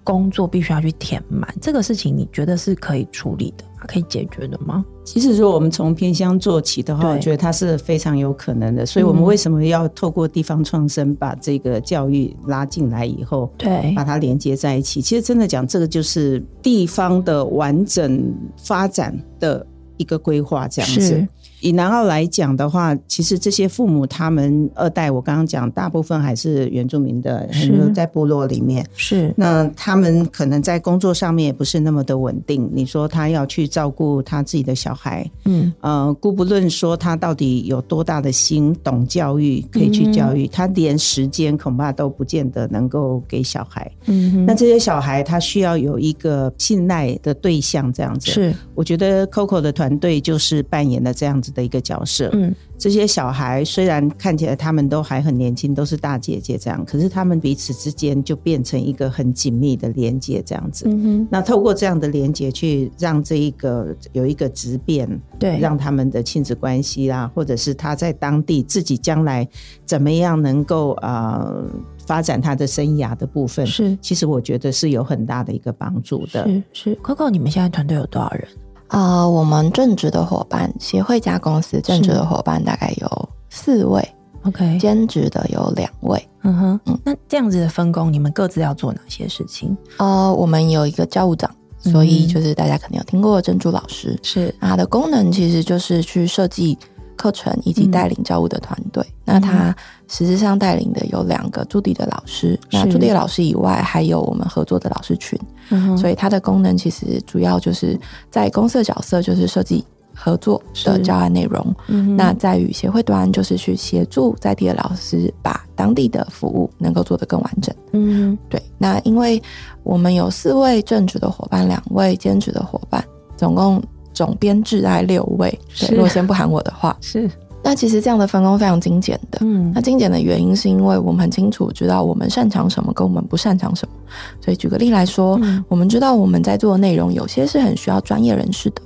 [SPEAKER 1] 工作，必须要去填满。这个事情你觉得是可以处理的吗？可以解决的吗？
[SPEAKER 3] 其实，如果我们从偏乡做起的话，
[SPEAKER 1] 对嗯
[SPEAKER 3] 我觉得它是非常有可能的。所以，我们为什么要透过地方创生把这个教育拉进来以后，
[SPEAKER 1] 对
[SPEAKER 3] 把它连接在一起？其实，真的讲，这个就是地方的完整发展的一个规划，这样子
[SPEAKER 1] 是。
[SPEAKER 3] 以南澳来讲的话，其实这些父母他们二代，我刚刚讲，大部分还是原住民的，
[SPEAKER 1] 是
[SPEAKER 3] 很多在部落里面。
[SPEAKER 1] 是，
[SPEAKER 3] 那他们可能在工作上面也不是那么的稳定。你说他要去照顾他自己的小孩，
[SPEAKER 1] 嗯，
[SPEAKER 3] 呃，姑不论说他到底有多大的心懂教育，可以去教
[SPEAKER 1] 嗯
[SPEAKER 3] 育，他连时间恐怕都不见得能够给小孩。
[SPEAKER 1] 嗯哼，
[SPEAKER 3] 那这些小孩他需要有一个信赖的对象，这样子。，
[SPEAKER 1] 是
[SPEAKER 3] 我觉得 Coco 的团队就是扮演了这样子的一个角色。
[SPEAKER 1] 嗯，
[SPEAKER 3] 这些小孩虽然看起来他们都还很年轻，都是大姐姐这样，可是他们彼此之间就变成一个很紧密的连接，这样子。
[SPEAKER 1] 嗯哼，
[SPEAKER 3] 那透过这样的连接，去让这一个有一个质变，
[SPEAKER 1] 对，
[SPEAKER 3] 让他们的亲子关系啦、或者是他在当地自己将来怎么样能够呃发展他的生涯的部分，
[SPEAKER 1] 是
[SPEAKER 3] 其实我觉得是有很大的一个帮助的。
[SPEAKER 1] 是是，Coco，你们现在团队有多少人？
[SPEAKER 4] 啊、我们正职的伙伴，协会加公司正职的伙伴大概有四位，
[SPEAKER 1] OK，
[SPEAKER 4] 兼职的有两位。
[SPEAKER 1] 嗯哼
[SPEAKER 4] 嗯，
[SPEAKER 1] 那这样子的分工，你们各自要做哪些事情？
[SPEAKER 4] 呃，我们有一个教务长，所以就是大家可能有听过珍珠老师，
[SPEAKER 1] 是
[SPEAKER 4] 那他的功能其实就是去设计。课程以
[SPEAKER 1] 嗯
[SPEAKER 4] 及带领教务的团队。那他实质上带领的有两个驻地的老师，那
[SPEAKER 1] 是
[SPEAKER 4] 驻地老师以外，还有我们合作的老师群。
[SPEAKER 1] 嗯
[SPEAKER 4] 所以它的功能其实主要就是在公司的角色就是设计合作的教案内容，
[SPEAKER 1] 嗯
[SPEAKER 4] 那在与协会端就是去协助在地的老师把当地的服务能够做得更完整。
[SPEAKER 1] 嗯
[SPEAKER 4] 对，那因为我们有四位正职的伙伴，两位兼职的伙伴，总共总编制大概六位。对，
[SPEAKER 1] 是
[SPEAKER 4] 如果先不喊我的话，
[SPEAKER 1] 是
[SPEAKER 4] 那其实这样的分工非常精简的。
[SPEAKER 1] 嗯
[SPEAKER 4] 那精简的原因是因为我们很清楚知道我们擅长什么跟我们不擅长什么，所以举个例来说，
[SPEAKER 1] 嗯
[SPEAKER 4] 我们知道我们在做的内容有些是很需要专业人士的，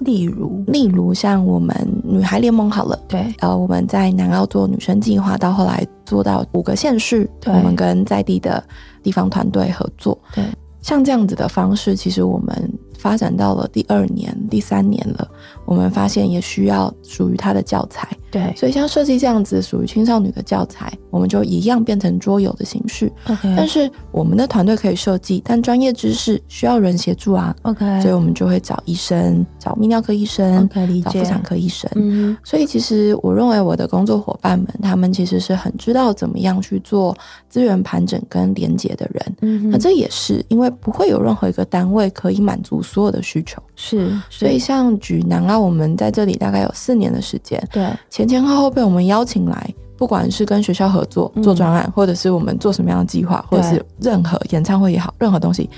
[SPEAKER 1] 例如
[SPEAKER 4] 例如像我们女孩联盟好了，
[SPEAKER 1] 对
[SPEAKER 4] 呃，我们在南澳做女生计划，到后来做到五个县市，
[SPEAKER 1] 对
[SPEAKER 4] 我们跟在地的地方团队合作，
[SPEAKER 1] 对，
[SPEAKER 4] 像这样子的方式，其实我们发展到了第二年、第三年了，我们发现也需要属于它的教材，
[SPEAKER 1] 对
[SPEAKER 4] 所以像设计这样子属于青少女的教材，我们就一样变成桌游的形式，
[SPEAKER 1] ，OK，
[SPEAKER 4] 但是我们的团队可以设计，但专业知识需要人协助啊，
[SPEAKER 1] OK，
[SPEAKER 4] 所以我们就会找医生，找泌尿科医生
[SPEAKER 1] OK，理哦
[SPEAKER 4] 找
[SPEAKER 1] 解
[SPEAKER 4] 妇产科医生。
[SPEAKER 1] 嗯
[SPEAKER 4] 所以其实我认为我的工作伙伴们，他们其实是很知道怎么样去做资源盘整跟连接的人。
[SPEAKER 1] 嗯
[SPEAKER 4] 那这也是因为不会有任何一个单位可以满足所有的需求，
[SPEAKER 1] 是，
[SPEAKER 4] 所以像举南澳，我们在这里大概有四年的时间，
[SPEAKER 1] 对
[SPEAKER 4] 前前后后被我们邀请来，不管是跟学校合作做专案，或者是我们做什么样的计划，或
[SPEAKER 1] 嗯对
[SPEAKER 4] 者是任何演唱会也好，任何东西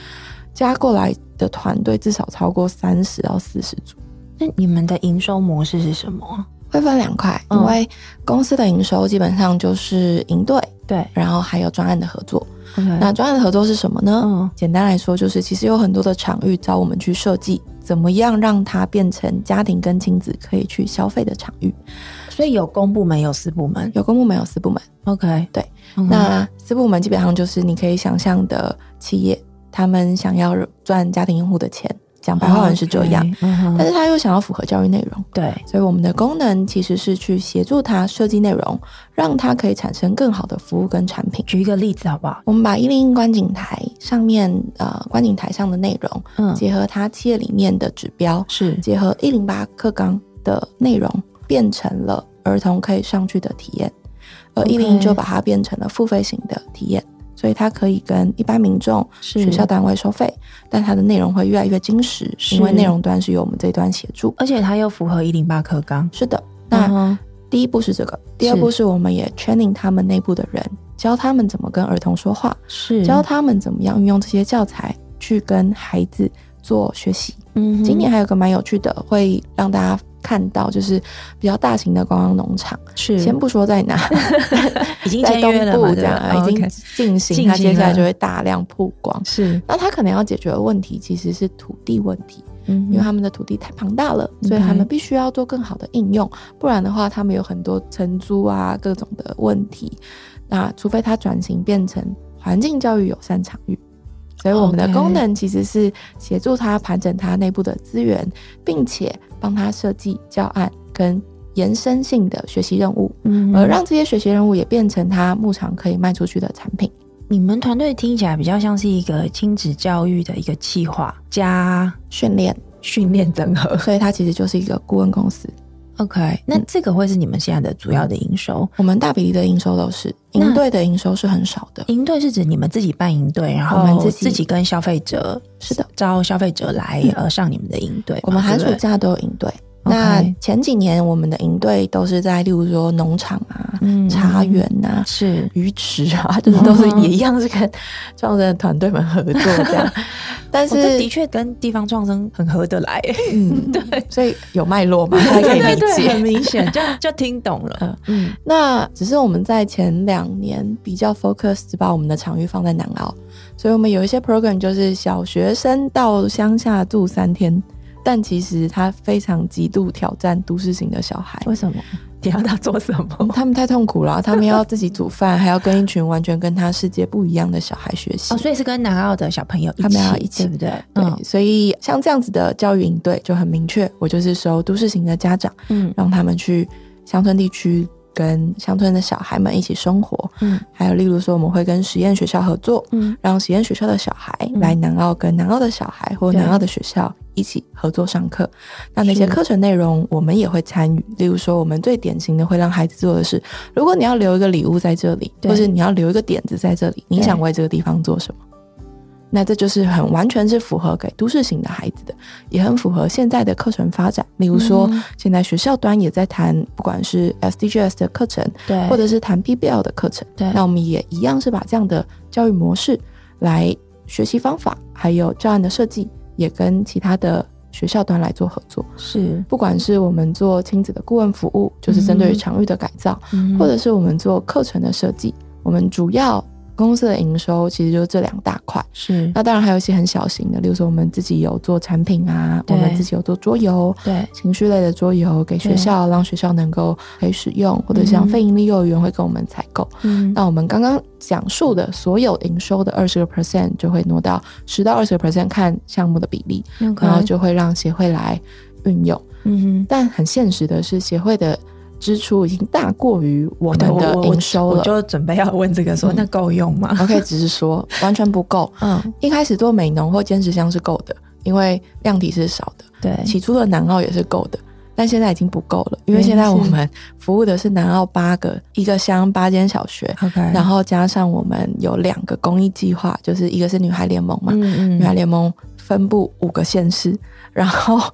[SPEAKER 4] 加过来的团队至少超过三十到四十组，
[SPEAKER 1] 那你们的营收模式是什么？
[SPEAKER 4] 会分两块，
[SPEAKER 1] 嗯
[SPEAKER 4] 因为公司的营收基本上就是营队，
[SPEAKER 1] 对
[SPEAKER 4] 然后还有专案的合作。
[SPEAKER 1] ，OK，
[SPEAKER 4] 那专案的合作是什么呢？
[SPEAKER 1] 嗯
[SPEAKER 4] 简单来说，就是其实有很多的场域找我们去设计，怎么样让它变成家庭跟亲子可以去消费的场域。
[SPEAKER 1] 所以有公部门有私部门
[SPEAKER 4] 有公部门，有私部门。
[SPEAKER 1] ，OK，
[SPEAKER 4] 对，
[SPEAKER 1] 嗯
[SPEAKER 4] 那私部门基本上就是你可以想象的企业，他们想要赚家庭用户的钱，讲白话文是这样
[SPEAKER 1] OK，嗯哼
[SPEAKER 4] 但是他又想要符合教育内容，
[SPEAKER 1] 对
[SPEAKER 4] 所以我们的功能其实是去协助他设计内容，让他可以产生更好的服务跟产品。
[SPEAKER 1] 举一个例子好不好？
[SPEAKER 4] 我们把一零一观景台上面呃观景台上的内容，
[SPEAKER 1] 嗯
[SPEAKER 4] 结合它企业里面的指标，
[SPEAKER 1] 是
[SPEAKER 4] 结合一零八课纲的内容，变成了儿童可以上去的体验，而
[SPEAKER 1] OK
[SPEAKER 4] 一零一就把它变成了付费型的体验，所以它可以跟一般民众、
[SPEAKER 1] 是
[SPEAKER 4] 学校单位收费，但它的内容会越来越精实，
[SPEAKER 1] 是
[SPEAKER 4] 因为内容端是由我们这一端协助。
[SPEAKER 1] 而且它又符合一零八课纲。
[SPEAKER 4] 是的，那、
[SPEAKER 1] 嗯哼
[SPEAKER 4] 第一步是这个，第二步是我们也 training 他们内部的人，教他们怎么跟儿童说话，
[SPEAKER 1] 是
[SPEAKER 4] 教他们怎么样运用这些教材去跟孩子做学习。
[SPEAKER 1] 嗯哼
[SPEAKER 4] 今年还有个蛮有趣的，会让大家看到，就是比较大型的观光农场，
[SPEAKER 1] 是
[SPEAKER 4] 先不说在哪，
[SPEAKER 1] 已经
[SPEAKER 4] 在
[SPEAKER 1] 签
[SPEAKER 4] 东
[SPEAKER 1] 约了嘛
[SPEAKER 4] 部这
[SPEAKER 1] 对不
[SPEAKER 4] 样
[SPEAKER 1] 对
[SPEAKER 4] 已
[SPEAKER 1] 哦
[SPEAKER 4] 经
[SPEAKER 1] ，OK
[SPEAKER 4] 进行，
[SPEAKER 1] 进
[SPEAKER 4] 它接
[SPEAKER 1] 行
[SPEAKER 4] 下来
[SPEAKER 1] 了
[SPEAKER 4] 就会大量曝光。
[SPEAKER 1] 是，
[SPEAKER 4] 那它可能要解决的问题其实是土地问题，
[SPEAKER 1] 因
[SPEAKER 4] 因为他们的土地太庞大了，所以他们必须要做更好的应用，不然的话，他们有很多承租啊各种的问题。那除非它转型变成环境教育友善场域，所以我们的
[SPEAKER 1] OK
[SPEAKER 4] 功能其实是协助他盘整他内部的资源，并且帮他设计教案跟延伸性的学习任务，
[SPEAKER 1] 嗯
[SPEAKER 4] 而让这些学习任务也变成他牧场可以卖出去的产品。
[SPEAKER 1] 你们团队听起来比较像是一个亲子教育的一个计划加
[SPEAKER 4] 训练，
[SPEAKER 1] 训练整合。
[SPEAKER 4] 所以它其实就是一个顾问公司。
[SPEAKER 1] OK，那这个会是你们现在的主要的营收？
[SPEAKER 4] 我们大比例的营收都是
[SPEAKER 1] 那
[SPEAKER 4] 营队的营收是很少的，
[SPEAKER 1] 营队是指你们自己办营队，然后
[SPEAKER 4] 我们自己
[SPEAKER 1] 自己跟消费者
[SPEAKER 4] 是的，
[SPEAKER 1] 招消费者来
[SPEAKER 4] 嗯
[SPEAKER 1] 呃上你们的营队嘛。
[SPEAKER 4] 我们寒暑
[SPEAKER 1] 对不对
[SPEAKER 4] 假都有营队。
[SPEAKER 1] OK
[SPEAKER 4] 那前几年我们的营队都是在，例如说农场啊、
[SPEAKER 1] 嗯
[SPEAKER 4] 茶园啊、
[SPEAKER 1] 是
[SPEAKER 4] 鱼池啊，就是都是也一样是跟创生的团队们合作这 样。但
[SPEAKER 1] 哦这
[SPEAKER 4] 是
[SPEAKER 1] 的，确跟地方创生很合得来，
[SPEAKER 4] 嗯，对，所以有脉络嘛，大家 可以理
[SPEAKER 1] 对对很
[SPEAKER 4] 解。
[SPEAKER 1] 明显，就就听懂 了。嗯，
[SPEAKER 4] 那只是我们在前两年比较 focus，只把我们的场域放在南澳，所以我们有一些 program 就是小学生到乡下住三天，但其实他非常极度挑战都市型的小孩。
[SPEAKER 1] 为什么？你要他做什么？
[SPEAKER 4] 他们太痛苦了，他们要自己煮饭，还要跟一群完全跟他世界不一样的小孩学习。
[SPEAKER 1] 哦，所以是跟南澳的小朋友一起，
[SPEAKER 4] 他们要一起
[SPEAKER 1] 对不嗯对？
[SPEAKER 4] 对，所以像这样子的教育营队就很明确，我就是收都市型的家长，
[SPEAKER 1] 嗯
[SPEAKER 4] 让他们去乡村地区跟乡村的小孩们一起生活。
[SPEAKER 1] 嗯
[SPEAKER 4] 还有例如说，我们会跟实验学校合作，
[SPEAKER 1] 嗯
[SPEAKER 4] 让实验学校的小孩
[SPEAKER 1] 嗯
[SPEAKER 4] 来南澳跟南澳的小孩或
[SPEAKER 1] 对
[SPEAKER 4] 南澳的学校一起合作上课。那哪些课程内容我们也会参与？例如说，我们最典型的会让孩子做的是，如果你要留一个礼物在这里，
[SPEAKER 5] 对
[SPEAKER 4] 或是你要留一个点子在这里，你想为这个地方做什么？那这就是很完全是符合给都市型的孩子的，也很符合现在的课程发展。例如说，
[SPEAKER 1] 嗯
[SPEAKER 4] 现在学校端也在谈，不管是 SDGs 的课程，
[SPEAKER 5] 对
[SPEAKER 4] 或者是谈 PBL 的课程，
[SPEAKER 5] 对
[SPEAKER 4] 那我们也一样是把这样的教育模式来学习方法，还有教案的设计，也跟其他的学校端来做合作。
[SPEAKER 5] 是，
[SPEAKER 4] 不管是我们做亲子的顾问服务，就是针对于场域的改造，
[SPEAKER 5] 嗯
[SPEAKER 4] 或者是我们做课程的设计，我们主要公司的营收其实就是这两大块。
[SPEAKER 1] 嗯
[SPEAKER 5] 是
[SPEAKER 4] 那当然还有一些很小型的，例如说我们自己有做产品啊，我
[SPEAKER 5] 对
[SPEAKER 4] 们自己有做桌游，
[SPEAKER 5] 对
[SPEAKER 4] 情绪类的桌游给学校，让学校能够可以使用，或者
[SPEAKER 1] 嗯
[SPEAKER 4] 像非盈利幼儿园会跟我们采购。
[SPEAKER 5] 嗯
[SPEAKER 4] 那我们刚刚讲述的所有营收的二十个 percent 就会挪到十到二十个 percent 看项目的比例，
[SPEAKER 5] ，OK，
[SPEAKER 4] 然后就会让协会来运用。
[SPEAKER 5] 嗯哼
[SPEAKER 4] 但很现实的是，协会的支出已经大过于我
[SPEAKER 1] 对
[SPEAKER 4] 们
[SPEAKER 1] 我
[SPEAKER 4] 的
[SPEAKER 1] 我我
[SPEAKER 4] 营收
[SPEAKER 1] 我
[SPEAKER 4] 了。
[SPEAKER 1] 就准备要问这个说，
[SPEAKER 4] 嗯
[SPEAKER 1] 那够用吗？
[SPEAKER 4] 我可以只是说完全不够。
[SPEAKER 5] 嗯
[SPEAKER 4] 一开始做美农或坚持箱是够的，因为量体是少的。
[SPEAKER 5] 对
[SPEAKER 4] 起初的南澳也是够的，但现在已经不够了，因为现在我们服务的是南澳八个一个乡八间小学，
[SPEAKER 1] OK，
[SPEAKER 5] 嗯
[SPEAKER 4] 然后加上我们有两个公益计划，就是一个是女孩联盟嘛，
[SPEAKER 5] 嗯
[SPEAKER 4] 女孩联盟分布五个县市， 然后。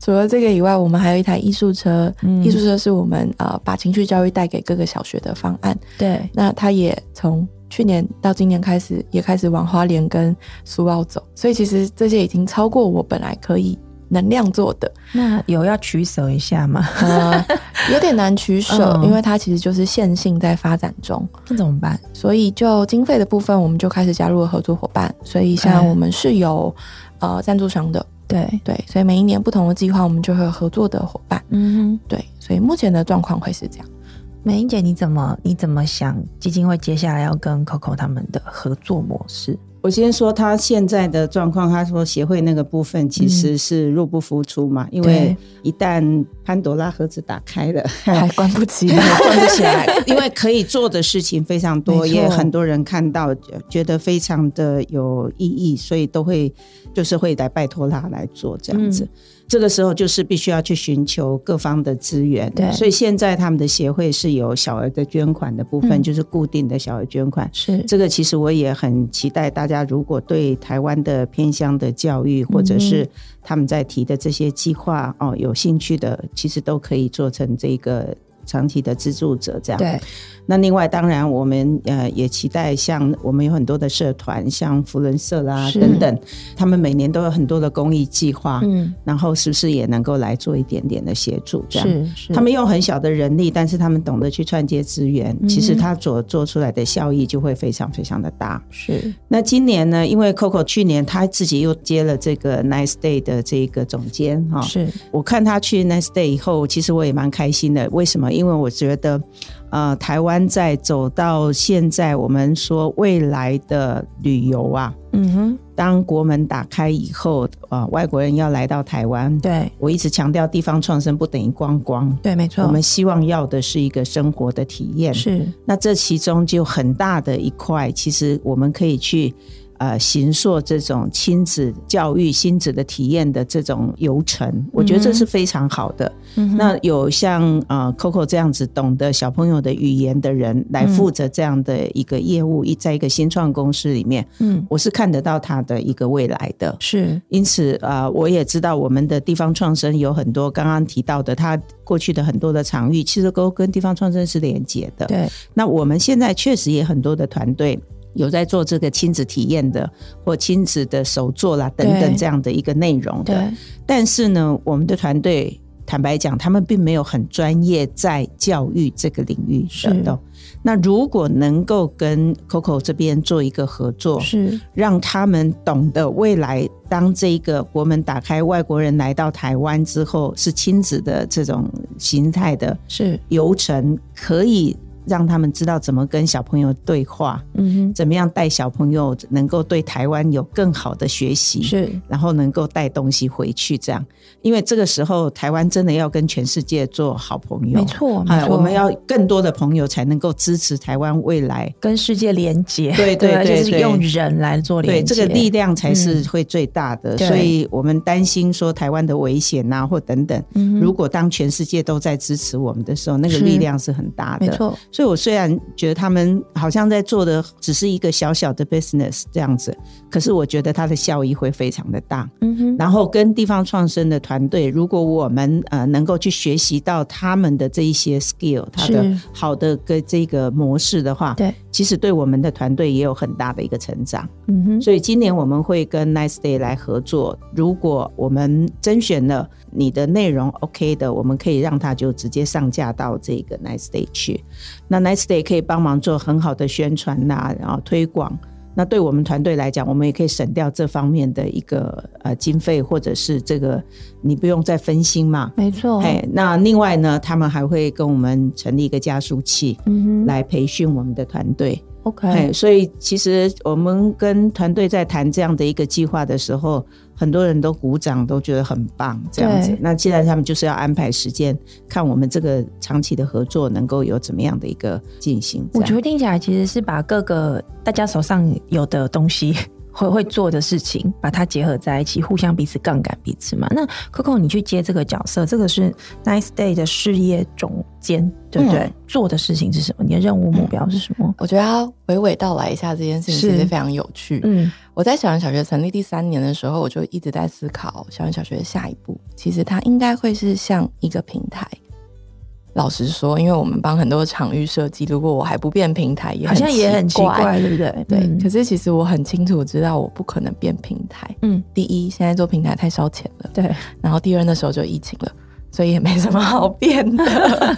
[SPEAKER 4] 除了这个以外，我们还有一台艺术车。
[SPEAKER 1] 嗯
[SPEAKER 4] 艺术车是我们呃把情绪教育带给各个小学的方案。
[SPEAKER 5] 对
[SPEAKER 4] 那它也从去年到今年开始，也开始往花莲跟苏澳走。所以其实这些已经超过我本来可以能量做的。
[SPEAKER 1] 那有要取舍一下吗？
[SPEAKER 4] 呃， 有点难取舍，
[SPEAKER 1] 啊嗯
[SPEAKER 4] 因为它其实就是线性在发展中，
[SPEAKER 1] 那怎么办？
[SPEAKER 4] 所以就经费的部分，我们就开始加入了合作伙伴。所以像
[SPEAKER 1] OK
[SPEAKER 4] 我们是有呃赞助商的，
[SPEAKER 5] 对，
[SPEAKER 4] 对，所以每一年不同的计划，我们就会有合作的伙伴，
[SPEAKER 5] 嗯哼，
[SPEAKER 4] 对，所以目前的状况会是这 样。
[SPEAKER 1] 美英姐，你怎么你怎么想基金会接下来要跟 Coco 他们的合作模式？
[SPEAKER 3] 我先说他现在的状况，他说协会那个部分其实是入不敷出嘛，因为一旦潘朵拉盒子打开了，
[SPEAKER 4] 还哎关不 起来，
[SPEAKER 3] 关不起来，因为可以做的事情非常多，
[SPEAKER 1] 没错
[SPEAKER 3] 也很多人看到，觉得非常的有意义，所以都会就是会来拜托他来做这样子。这个时候就是必须要去寻求各方的资源，
[SPEAKER 5] 对
[SPEAKER 3] 所以现在他们的协会是有小额的捐款的部分，
[SPEAKER 5] 嗯
[SPEAKER 3] 就是固定的小额捐款，
[SPEAKER 5] 是
[SPEAKER 3] 这个其实我也很期待大家，如果对台湾的偏乡的教育，或者是
[SPEAKER 5] 嗯
[SPEAKER 3] 他们在提的这些计划哦有兴趣的，其实都可以做成这个长期的资助者这样。
[SPEAKER 5] 对
[SPEAKER 3] 那另外，当然我们呃也期待像我们有很多的社团，像福伦社啦
[SPEAKER 5] 是
[SPEAKER 3] 等等，他们每年都有很多的公益计划，
[SPEAKER 5] 嗯
[SPEAKER 3] 然后是不是也能够来做一点点的协助这样？
[SPEAKER 5] 是是，
[SPEAKER 3] 他们用很小的人力，但是他们懂得去串接资源，
[SPEAKER 5] 哼
[SPEAKER 3] 其实他所做出来的效益就会非常非常的大。
[SPEAKER 5] 是
[SPEAKER 3] 那今年呢，因为 Coco 去年他自己又接了这个 Nice Day 的这个总监
[SPEAKER 1] 哦
[SPEAKER 3] 哈、
[SPEAKER 5] 是
[SPEAKER 3] 我看他去 Nice Day 以后，其实我也蛮开心的。为什么？因为我觉得，呃，台湾在走到现在，我们说未来的旅游啊，
[SPEAKER 5] 嗯哼
[SPEAKER 3] 当国门打开以后，呃，外国人要来到台湾，
[SPEAKER 5] 对
[SPEAKER 3] 我一直强调地方创生不等于观光，
[SPEAKER 5] 对没错，
[SPEAKER 3] 我们希望要的是一个生活的体验。
[SPEAKER 5] 是
[SPEAKER 3] 那这其中就很大的一块，其实我们可以去呃行塑这种亲子教育、亲子的体验的这种游程，我觉得这是非常好的。
[SPEAKER 5] 嗯嗯哼
[SPEAKER 3] 那有像呃 Coco 这样子懂得小朋友的语言的人来负
[SPEAKER 5] 嗯
[SPEAKER 3] 责这样的一个业务，一、在一个新创公司里面，
[SPEAKER 5] 嗯
[SPEAKER 3] 我是看得到他的一个未来的。
[SPEAKER 1] 嗯
[SPEAKER 5] 是
[SPEAKER 3] 因此，啊，我也知道我们的地方创生有很多刚刚提到的，它过去的很多的场域，其实都跟地方创生是连接的。
[SPEAKER 5] 对
[SPEAKER 3] 那我们现在确实也很多的团队有在做这个亲子体验的，或亲子的手作啦等
[SPEAKER 5] 对
[SPEAKER 3] 等这样的一个内容的。
[SPEAKER 5] 对
[SPEAKER 3] 但是呢，我们的团队坦白讲，他们并没有很专业在教育这个领域
[SPEAKER 5] 是
[SPEAKER 3] 的。那如果能够跟 Coco 这边做一个合作，
[SPEAKER 5] 是
[SPEAKER 3] 让他们懂得未来当这个国门打开，外国人来到台湾之后，是亲子的这种形态的
[SPEAKER 5] 是
[SPEAKER 3] 游程，可以让他们知道怎么跟小朋友对话，
[SPEAKER 1] 嗯
[SPEAKER 3] 怎么样带小朋友能够对台湾有更好的学习，
[SPEAKER 1] 哼，是
[SPEAKER 3] 然后能够带东西回去，这样，因为这个时候台湾真的要跟全世界做好朋友，
[SPEAKER 1] 没错，没
[SPEAKER 3] 哎，
[SPEAKER 1] 错，
[SPEAKER 3] 我们要更多的朋友才能够支持台湾未来，
[SPEAKER 1] 跟世界连接，
[SPEAKER 3] 对对
[SPEAKER 1] 而
[SPEAKER 3] 对
[SPEAKER 1] 且是
[SPEAKER 3] 对
[SPEAKER 1] 用人来做
[SPEAKER 3] 对
[SPEAKER 1] 连接，嗯
[SPEAKER 3] 这个力量才是会最大的，
[SPEAKER 1] 对
[SPEAKER 3] 所以我们担心说台湾的危险呐、或等等，如果当全世界都在支持我们的时候，那个
[SPEAKER 1] 嗯是
[SPEAKER 3] 力量是很大的，
[SPEAKER 1] 没错，
[SPEAKER 3] 所以我虽然觉得他们好像在做的只是一个小小的 business 这样子，可是我觉得它的效益会非常的大。
[SPEAKER 1] 嗯哼，
[SPEAKER 3] 然后跟地方创生的团队，如果我们呃能够去学习到他们的这一些 skill，他的
[SPEAKER 1] 是
[SPEAKER 3] 好的跟这个模式的话，
[SPEAKER 1] 对，
[SPEAKER 3] 其实对我们的团队也有很大的一个成长。
[SPEAKER 1] 嗯哼，
[SPEAKER 3] 所以今年我们会跟 Nice Day 来合作。如果我们甄选了你的内容 OK 的，我们可以让它就直接上架到这个 Nice Day 去。那 Nice Day 可以帮忙做很好的宣传呐、然后推广。那对我们团队来讲，我们也可以省掉这方面的一个呃经费，或者是这个你不用再分心嘛。
[SPEAKER 1] 没
[SPEAKER 4] 哦
[SPEAKER 1] 错，
[SPEAKER 3] 哎，那另外呢，他们还会跟我们成立一个加速器，
[SPEAKER 1] 嗯哼
[SPEAKER 3] 来培训我们的团队。
[SPEAKER 1] ，OK，
[SPEAKER 3] 哎，所以其实我们跟团队在谈这样的一个计划的时候，很多人都鼓掌，都觉得很棒这样子
[SPEAKER 1] 对。
[SPEAKER 3] 那既然他们就是要安排时间，看我们这个长期的合作能够有怎么样的一个进行。
[SPEAKER 1] 我觉
[SPEAKER 3] 得
[SPEAKER 1] 得听起来其实是把各个大家手上有的东西。 会会做的事情，把它结合在一起，互相彼此杠杆彼此嘛。那 Coco，你去接这个角色，这个是 Nice Day 的事业总监，对不对？
[SPEAKER 4] 嗯
[SPEAKER 1] 做的事情是什么？你的任务目标是什么？
[SPEAKER 4] 我觉得要娓娓道来一下这件事情，
[SPEAKER 1] 是
[SPEAKER 4] 其实非常有趣。
[SPEAKER 1] 嗯，
[SPEAKER 4] 我在小人小学成立第三年的时候，我就一直在思考小人小学的下一步。其实它应该会是像一个平台。老实说，因为我们帮很多场域设计，如果我还不变平台，也
[SPEAKER 1] 好像也很奇怪，对不对？
[SPEAKER 4] 对，
[SPEAKER 1] 嗯
[SPEAKER 4] 可是其实我很清楚知道，我不可能变平台。
[SPEAKER 1] 嗯，
[SPEAKER 4] 第一，现在做平台太烧钱了；
[SPEAKER 1] 对
[SPEAKER 4] 然后第二，那时候就疫情了，所以也没什么好变 的。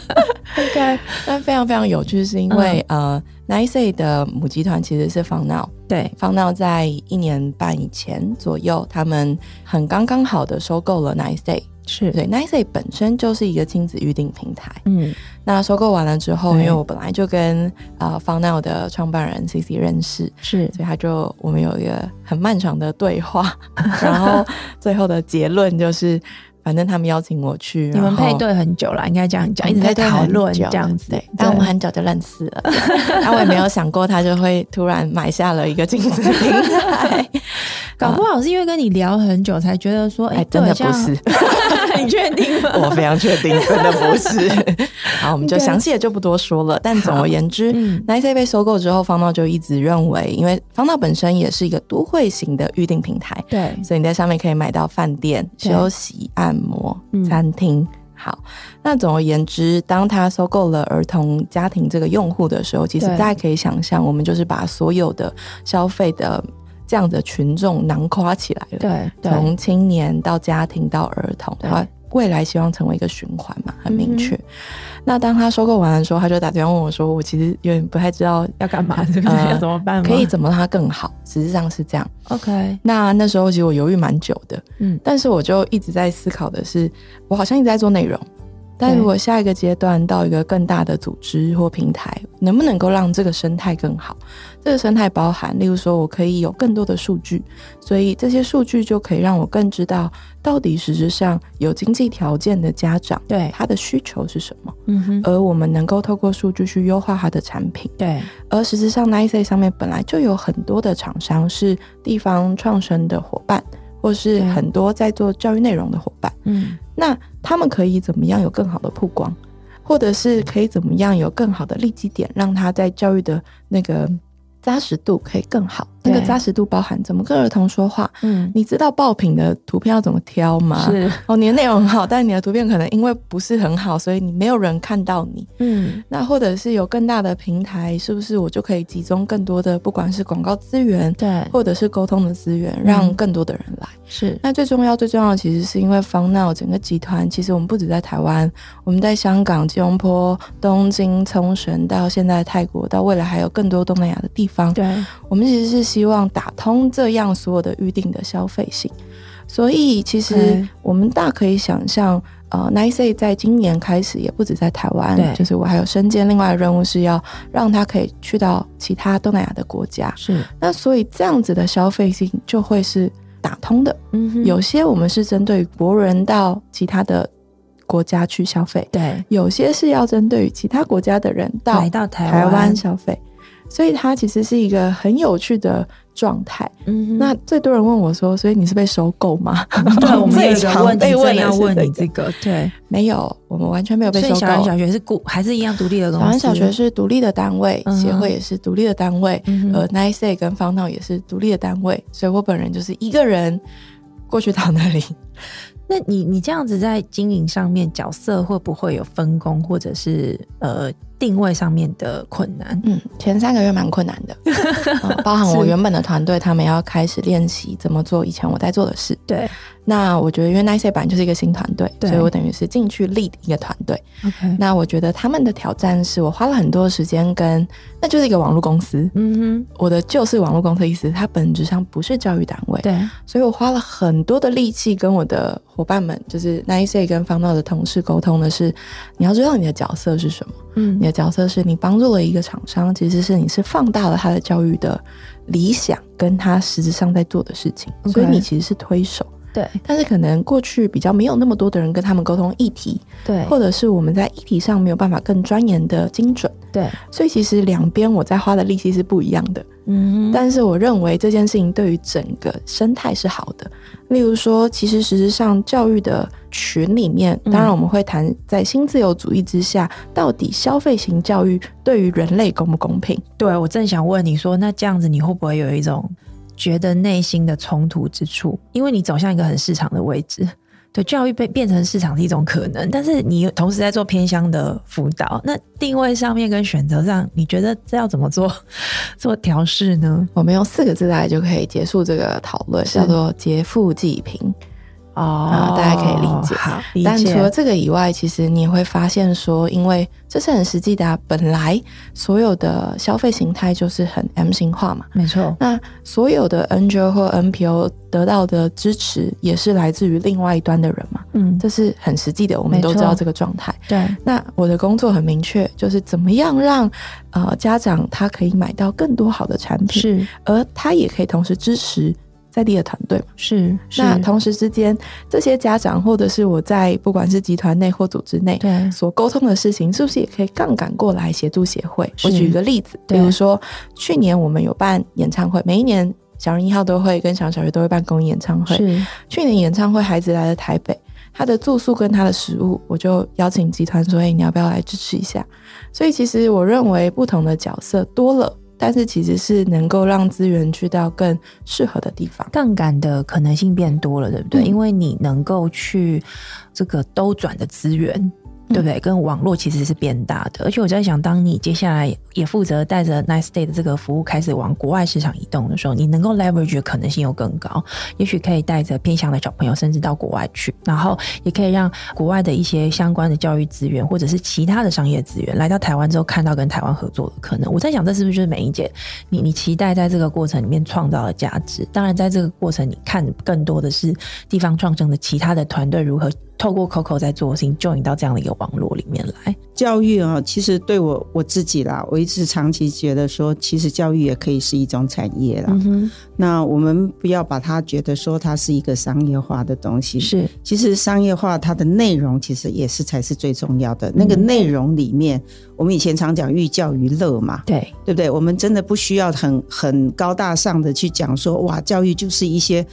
[SPEAKER 1] ，OK，
[SPEAKER 4] 但非常非常有趣，是因为、
[SPEAKER 1] 嗯
[SPEAKER 4] 呃，Nice 的母集团其实是方闹，
[SPEAKER 1] 对，
[SPEAKER 4] 方闹在一年半以前左右，他们很刚刚好的收购了 Nice Day。
[SPEAKER 1] 是，
[SPEAKER 4] 对，Nice Day 本身就是一个亲子预定平台。
[SPEAKER 1] 嗯，
[SPEAKER 4] 那收购完了之后，
[SPEAKER 1] 对
[SPEAKER 4] 因为我本来就跟呃方闹的创办人 CC 认识，
[SPEAKER 1] 是，
[SPEAKER 4] 所以他就我们有一个很漫长的对 话，然后最后的结论就是，反正他们邀请我去，
[SPEAKER 1] 你们
[SPEAKER 4] 然后
[SPEAKER 1] 配对很久了，应该这样讲，一
[SPEAKER 4] 我
[SPEAKER 1] 直
[SPEAKER 4] 们
[SPEAKER 1] 在
[SPEAKER 4] 配对很
[SPEAKER 1] 讨论
[SPEAKER 4] 久
[SPEAKER 1] 这样子，
[SPEAKER 4] 对，但我们很久就认识 了， 但我也没有想过他就会突然买下了一个镜子平 台，
[SPEAKER 1] 搞不好是因为跟你聊很久才觉得说，
[SPEAKER 4] 嗯
[SPEAKER 1] 哎、
[SPEAKER 4] 哎，真的
[SPEAKER 1] 对
[SPEAKER 4] 不是，，
[SPEAKER 1] 像 你确定吗？
[SPEAKER 4] 我非常确 定，真的不是。 好，我们就详细的就不多说了。但总而言之
[SPEAKER 1] 嗯
[SPEAKER 4] ，Nice Day 被收购之后，方道就一直认为，因为方道本身也是一个都会型的预订平台，
[SPEAKER 1] 对
[SPEAKER 4] 所以你在上面可以买到饭店、
[SPEAKER 1] 对
[SPEAKER 4] 休息、按摩
[SPEAKER 1] 嗯、
[SPEAKER 4] 餐厅。好，那总而言之，当他收购了儿童家庭这个用户的时候，其实
[SPEAKER 1] 对
[SPEAKER 4] 大家可以想象，我们就是把所有的消费的这样的群众囊括起来了。
[SPEAKER 1] 对对，
[SPEAKER 4] 从青年到家庭到儿童，
[SPEAKER 1] 对
[SPEAKER 4] 他未来希望成为一个循环嘛，很明确。
[SPEAKER 1] 嗯
[SPEAKER 4] 那当他收购完的时候，他就打电话问我说：“我其实有点不太知道
[SPEAKER 1] 要 干嘛？是不是、
[SPEAKER 4] 呃
[SPEAKER 1] 要怎么办吗？
[SPEAKER 4] 可以怎么让它更好。”实际上是这样。
[SPEAKER 1] OK，
[SPEAKER 4] 那那时候其实我犹豫蛮久的，
[SPEAKER 1] 嗯
[SPEAKER 4] 但是我就一直在思考的是，我好像一直在做内容，但
[SPEAKER 1] 对
[SPEAKER 4] 如果下一个阶段到一个更大的组织或平台，能不能够让这个生态更好？这个生态包含，例如说我可以有更多的数据，所以这些数据就可以让我更知道到底实质上有经济条件的家长
[SPEAKER 1] 对
[SPEAKER 4] 他的需求是什么，
[SPEAKER 1] 嗯哼，
[SPEAKER 4] 而我们能够透过数据去优化他的产品。
[SPEAKER 1] 对
[SPEAKER 4] 而实质上，Nice 上面本来就有很多的厂商是地方创生的伙伴，或是
[SPEAKER 1] 对
[SPEAKER 4] 很多在做教育内容的伙伴。
[SPEAKER 1] 嗯
[SPEAKER 4] 那他们可以怎么样有更好的曝光，或者是可以怎么样有更好的利基点，让他在教育的那个扎实度可以更好。那
[SPEAKER 1] 对
[SPEAKER 4] 个扎实度包含怎么跟儿童说话，
[SPEAKER 1] 嗯，
[SPEAKER 4] 你知道爆品的图片要怎么挑吗？
[SPEAKER 1] 是
[SPEAKER 4] 哦，你的内容很好，但你的图片可能因为不是很好，所以你没有人看到你。
[SPEAKER 1] 嗯
[SPEAKER 4] 那或者是有更大的平台，是不是我就可以集中更多的，不管是广告资源，
[SPEAKER 1] 对
[SPEAKER 4] 或者是沟通的资源，让更多的人来。
[SPEAKER 1] 是
[SPEAKER 4] 那最重要、最重要，其实是因为方闹整个集团，其实我们不止在台湾，我们在香港、吉隆坡、东京、冲绳，到现在泰国，到未来还有更多东南亚的地方，
[SPEAKER 1] 对
[SPEAKER 4] 我们其实是希望打通这样所有的预定的消费性。所以，其实
[SPEAKER 1] OK
[SPEAKER 4] 我们大可以想象，呃 Nice A 在今年开始也不止在台
[SPEAKER 1] 对
[SPEAKER 4] 湾，就是我还有身兼另外的任务是要让他可以去到其他东南亚的国家。
[SPEAKER 1] 是，
[SPEAKER 4] 那所以这样子的消费性就会是打通的。
[SPEAKER 1] 嗯哼
[SPEAKER 4] 有些我们是针对国人到其他的国家去消费，
[SPEAKER 1] 对，
[SPEAKER 4] 有些是要针对于其他国家的人到
[SPEAKER 1] 来到台
[SPEAKER 4] 台
[SPEAKER 1] 湾
[SPEAKER 4] 湾，消费，所以它其实是一个很有趣的状态。
[SPEAKER 1] 嗯哼
[SPEAKER 4] 那最多人问我说：“所以你是被收购吗？”
[SPEAKER 1] 对我们有一
[SPEAKER 4] 最
[SPEAKER 1] 个
[SPEAKER 4] 常
[SPEAKER 1] 问题
[SPEAKER 4] 被
[SPEAKER 1] 正
[SPEAKER 4] 问的
[SPEAKER 1] 要
[SPEAKER 4] 是
[SPEAKER 1] 问你
[SPEAKER 4] 这
[SPEAKER 1] 这
[SPEAKER 4] 个
[SPEAKER 1] 个，对，
[SPEAKER 4] 没有，我们完全没有被
[SPEAKER 1] 所
[SPEAKER 4] 收
[SPEAKER 1] 以
[SPEAKER 4] 购。
[SPEAKER 1] 小人小学是固还是一样独立的公
[SPEAKER 4] 小
[SPEAKER 1] 司，
[SPEAKER 4] 安小学是独立的单位，
[SPEAKER 1] 嗯哼
[SPEAKER 4] 协会也是独立的单位，
[SPEAKER 1] 嗯哼
[SPEAKER 4] 呃，Nice Day 跟方道也是独立的单位，所以我本人就是一个人过去到那里。
[SPEAKER 1] 那你你这样子在经营上面角色会不会有分工，或者是呃定位上面的困难？
[SPEAKER 4] 嗯，前三个月蛮困难的， 呃包含我
[SPEAKER 1] 是
[SPEAKER 4] 原本的团队，他们要开始练习怎么做以前我在做的事。
[SPEAKER 1] 对
[SPEAKER 4] 那我觉得，因为 Nice Day 本来就是一个新团队，
[SPEAKER 1] 对
[SPEAKER 4] 所以我等于是进去 lead 一个团队。
[SPEAKER 1] ，OK，
[SPEAKER 4] 那我觉得他们的挑战是我花了很多时间跟，那就是一个网络公司，
[SPEAKER 1] 嗯
[SPEAKER 4] 我的就是网络公司的意思，它本质上不是教育单位
[SPEAKER 1] 哼，。对，
[SPEAKER 4] 所以我花了很多的力气跟我的伙伴们，就是那一些跟方道的同事沟通的是，你要知道你的角色是什么。
[SPEAKER 1] 嗯
[SPEAKER 4] 你的角色是你帮助了一个厂商，其实是你是放大了他的教育的理想跟他实质上在做的事情，
[SPEAKER 1] OK
[SPEAKER 4] 所以你其实是推手。
[SPEAKER 1] 对
[SPEAKER 4] 但是可能过去比较没有那么多的人跟他们沟通议题，
[SPEAKER 1] 对
[SPEAKER 4] 或者是我们在议题上没有办法更钻研的精准，
[SPEAKER 1] 对，
[SPEAKER 4] 所以其实两边我在花的力气是不一样的。
[SPEAKER 1] 嗯哼
[SPEAKER 4] 但是我认为这件事情对于整个生态是好的。例如说，其实实质上教育的群里面，
[SPEAKER 1] 嗯
[SPEAKER 4] 当然我们会谈在新自由主义之下，到底消费型教育对于人类公不公平？
[SPEAKER 1] 对我正想问你说，那这样子你会不会有一种觉得内心的冲突之处？因为你走向一个很市场的位置。对教育被变成市场是一种可能，但是你同时在做偏向的辅导，那定位上面跟选择上，你觉得这要怎么做 做调试呢？
[SPEAKER 4] 我们用四个字大概就可以结束这个讨论，
[SPEAKER 1] 是
[SPEAKER 4] 叫做“劫富济贫
[SPEAKER 1] 哦”，
[SPEAKER 4] 啊，大家可以理解。
[SPEAKER 1] 好，理解
[SPEAKER 4] 但除了这个以外，其实你会发现说，因为这是很实际的、啊，本来所有的消费形态就是很 M 型化嘛，
[SPEAKER 1] 没错，
[SPEAKER 4] 那所有的 NGO 或 NPO 得到的支持，也是来自于另外一端的人嘛？
[SPEAKER 1] 嗯，
[SPEAKER 4] 这是很实际的，我们
[SPEAKER 1] 没错
[SPEAKER 4] 都知道这个状态。
[SPEAKER 1] 对，
[SPEAKER 4] 那我的工作很明确，就是怎么样让呃家长他可以买到更多好的产品，
[SPEAKER 1] 是
[SPEAKER 4] 而他也可以同时支持在地的团队嘛。
[SPEAKER 1] 是是，
[SPEAKER 4] 那同时之间，这些家长或者是我在不管是集团内或组织内，
[SPEAKER 1] 对
[SPEAKER 4] 所沟通的事情，是不是也可以杠杆过来协助协会？
[SPEAKER 1] 是
[SPEAKER 4] 我举一个例子，比
[SPEAKER 1] 对
[SPEAKER 4] 如说去年我们有办演唱会，每一年小人一号都会跟小人小学都会办公益演唱会。
[SPEAKER 1] 是
[SPEAKER 4] 去年演唱会孩子来了台北，他的住宿跟他的食物，我就邀请集团说：“哎、你要不要来支持一下？”所以其实我认为不同的角色多了，但是其实是能够让资源去到更适合的地方。
[SPEAKER 1] 杠杆的可能性变多了，对不对？
[SPEAKER 4] 嗯
[SPEAKER 1] 因为你能够去这个兜转的资源。对不对？跟网络其实是变大的，而且我在想，当你接下来也负责带着 Nice Day 的这个服务开始往国外市场移动的时候，你能够 leverage 的可能性又更高。也许可以带着偏向的小朋友，甚至到国外去，然后也可以让国外的一些相关的教育资源，或者是其他的商业资源，来到台湾之后看到跟台湾合作的可能。我在想，这是不是就是美英姐你你期待在这个过程里面创造的价值？当然，在这个过程你看更多的是地方创生的其他的团队如何透过 Coco 在做的事情 join 到这样的一个网络里面来。
[SPEAKER 3] 教育啊，其实对我我自己啦，我一直长期觉得说，其实教育也可以是一种产业啦。
[SPEAKER 1] 嗯哼，
[SPEAKER 3] 那我们不要把它觉得说它是一个商业化的东西，
[SPEAKER 1] 是
[SPEAKER 3] 其实商业化它的内容其实也是才是最重要
[SPEAKER 1] 嗯
[SPEAKER 3] 的。那个内容里面，我们以前常讲寓教于乐嘛，
[SPEAKER 1] 对，
[SPEAKER 3] 对不对？我们真的不需要很很高大上的去讲说，哇，教育就是一些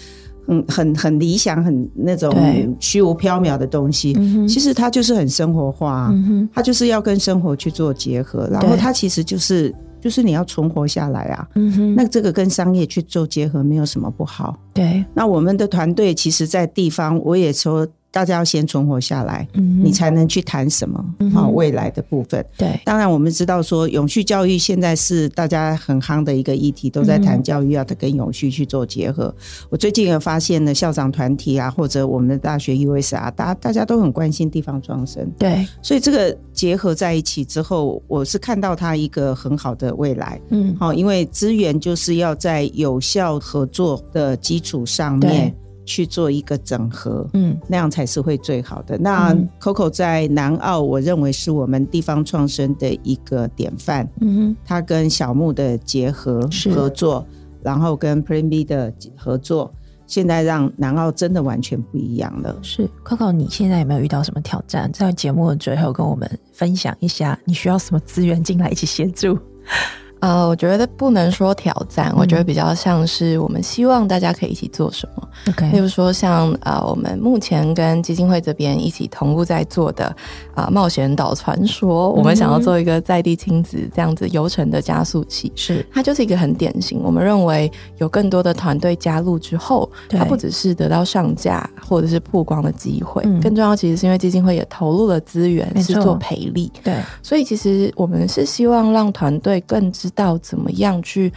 [SPEAKER 3] 嗯很很理想、很
[SPEAKER 1] 对
[SPEAKER 3] 那种虚无缥缈的东西。
[SPEAKER 1] 嗯哼，
[SPEAKER 3] 其实它就是很生活化啊、
[SPEAKER 1] 嗯哼，
[SPEAKER 3] 它就是要跟生活去做结合，然后
[SPEAKER 1] 对
[SPEAKER 3] 它其实就是就是你要存活下来啊。
[SPEAKER 1] 嗯哼，
[SPEAKER 3] 那这个跟商业去做结合没有什么不好。
[SPEAKER 1] 对，
[SPEAKER 3] 那我们的团队其实，在地方我也说，大家要先存活下来，
[SPEAKER 1] 嗯哼，
[SPEAKER 3] 你才能去谈什么
[SPEAKER 1] 嗯
[SPEAKER 3] 啊、
[SPEAKER 1] 哼
[SPEAKER 3] 未来的部分。
[SPEAKER 1] 对，
[SPEAKER 3] 当然，我们知道说，永续教育现在是大家很夯的一个议题，都在
[SPEAKER 1] 嗯
[SPEAKER 3] 谈教育要跟永续去做结合。我最近也发现呢，校长团体啊，或者我们的大学 USR，大大家都很关心地方创生，
[SPEAKER 1] 对，
[SPEAKER 3] 所以这个结合在一起之后，我是看到它一个很好的未来。
[SPEAKER 1] 嗯，
[SPEAKER 3] 好，因为资源就是要在有效合作的基础上面
[SPEAKER 1] 对
[SPEAKER 3] 去做一个整合，
[SPEAKER 1] 嗯
[SPEAKER 3] 那样才是会最好的。那 Coco 在南澳，我认为是我们地方创生的一个典范。
[SPEAKER 1] 嗯
[SPEAKER 3] 他跟小木的结合
[SPEAKER 1] 是
[SPEAKER 3] 合作，然后跟 Plan B 的合作，现在让南澳真的完全不一样了。
[SPEAKER 1] 是 Coco，你现在有没有遇到什么挑战？在节目的最后跟我们分享一下，你需要什么资源进来一起协助？
[SPEAKER 4] 呃，我觉得不能说挑
[SPEAKER 1] 嗯
[SPEAKER 4] 战，我觉得比较像是我们希望大家可以一起做什么。例
[SPEAKER 1] OK，
[SPEAKER 4] 如说像，呃，我们目前跟基金会这边一起同步在做的啊、呃冒险岛传说，我们想要做一个在地亲子这样子游程的加速器。
[SPEAKER 1] 是
[SPEAKER 4] 它就是一个很典型，我们认为有更多的团队加入之后，
[SPEAKER 1] 对
[SPEAKER 4] 它不只是得到上架或者是曝光的机会，
[SPEAKER 1] 嗯
[SPEAKER 4] 更重要其实是因为基金会也投入了资源
[SPEAKER 1] 没
[SPEAKER 4] 是
[SPEAKER 1] 错
[SPEAKER 4] 做培力，
[SPEAKER 1] 对，
[SPEAKER 4] 所以其实我们是希望让团队更知道怎么样去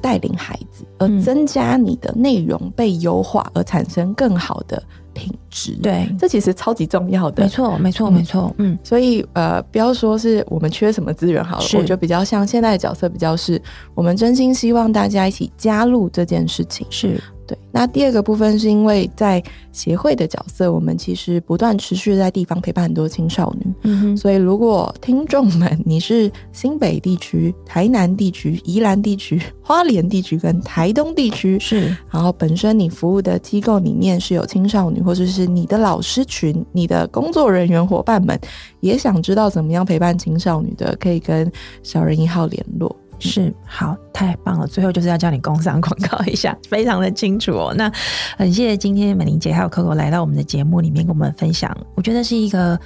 [SPEAKER 4] 带领孩子，而
[SPEAKER 1] 嗯
[SPEAKER 4] 增加你的内容被优化，而产生更好的品质。，
[SPEAKER 1] 对，
[SPEAKER 4] 这其实超级重要的
[SPEAKER 1] 没。错，没错，
[SPEAKER 4] 嗯
[SPEAKER 1] 没错，嗯，
[SPEAKER 4] 所以呃，不要说是我们缺什么资源好了，
[SPEAKER 1] 是
[SPEAKER 4] 我觉得比较像现在的角色，比较是我们真心希望大家一起加入这件事情。
[SPEAKER 1] 是
[SPEAKER 4] 对，那第二个部分是因为在协会的角色，我们其实不断持续在地方陪伴很多青少年。
[SPEAKER 1] 嗯哼，
[SPEAKER 4] 所以，如果听众们你是新北地区、台南地区、宜兰地区、花莲地区跟台东地区，
[SPEAKER 1] 是
[SPEAKER 4] 然后本身你服务的机构里面是有青少女，或者是你的老师群、你的工作人员伙伴们，也想知道怎么样陪伴青少女的，可以跟小人一号联络。
[SPEAKER 1] 是好，太棒了！最后就是要叫你工商广告一下，非常的清楚哦。那很谢谢今天美玲姐还有 Coco 来到我们的节目里面跟我们分享，我觉得是一个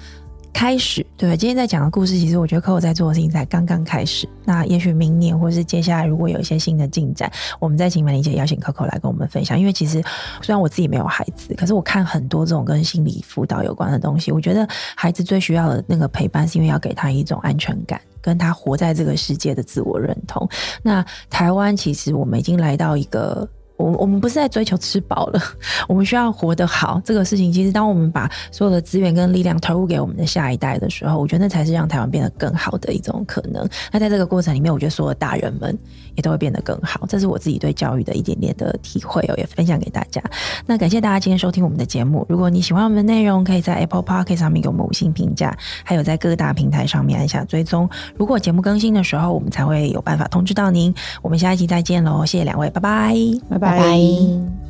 [SPEAKER 1] 开始，对不对？今天在讲的故事，其实我觉得 Coco 在做的事情才刚刚开始。那也许明年或是接下来，如果有一些新的进展，我们再请美玲姐邀请 Coco 来跟我们分享。因为其实虽然我自己没有孩子，可是我看很多这种跟心理辅导有关的东西，我觉得孩子最需要的那个陪伴，是因为要给他一种安全感。跟他活在这个世界的自我认同，那台湾其实我们已经来到一个。我我们不是在追求吃饱了，我们需要活得好。这个事情，其实当我们把所有的资源跟力量投入给我们的下一代的时候，我觉得那才是让台湾变得更好的一种可能。那在这个过程里面，我觉得所有大人们也都会变得更好。这是我自己对教育的一点点的体会哦，也分享给大家。那感谢大家今天收听我们的节目。如果你喜欢我们的内容，可以在 Apple Park 上面给我们五星评价，还有在各大平台上面按下追踪。如果节目更新的时候，我们才会有办法通知到您。我们下一期再见喽，谢谢两位，拜拜。
[SPEAKER 3] 拜拜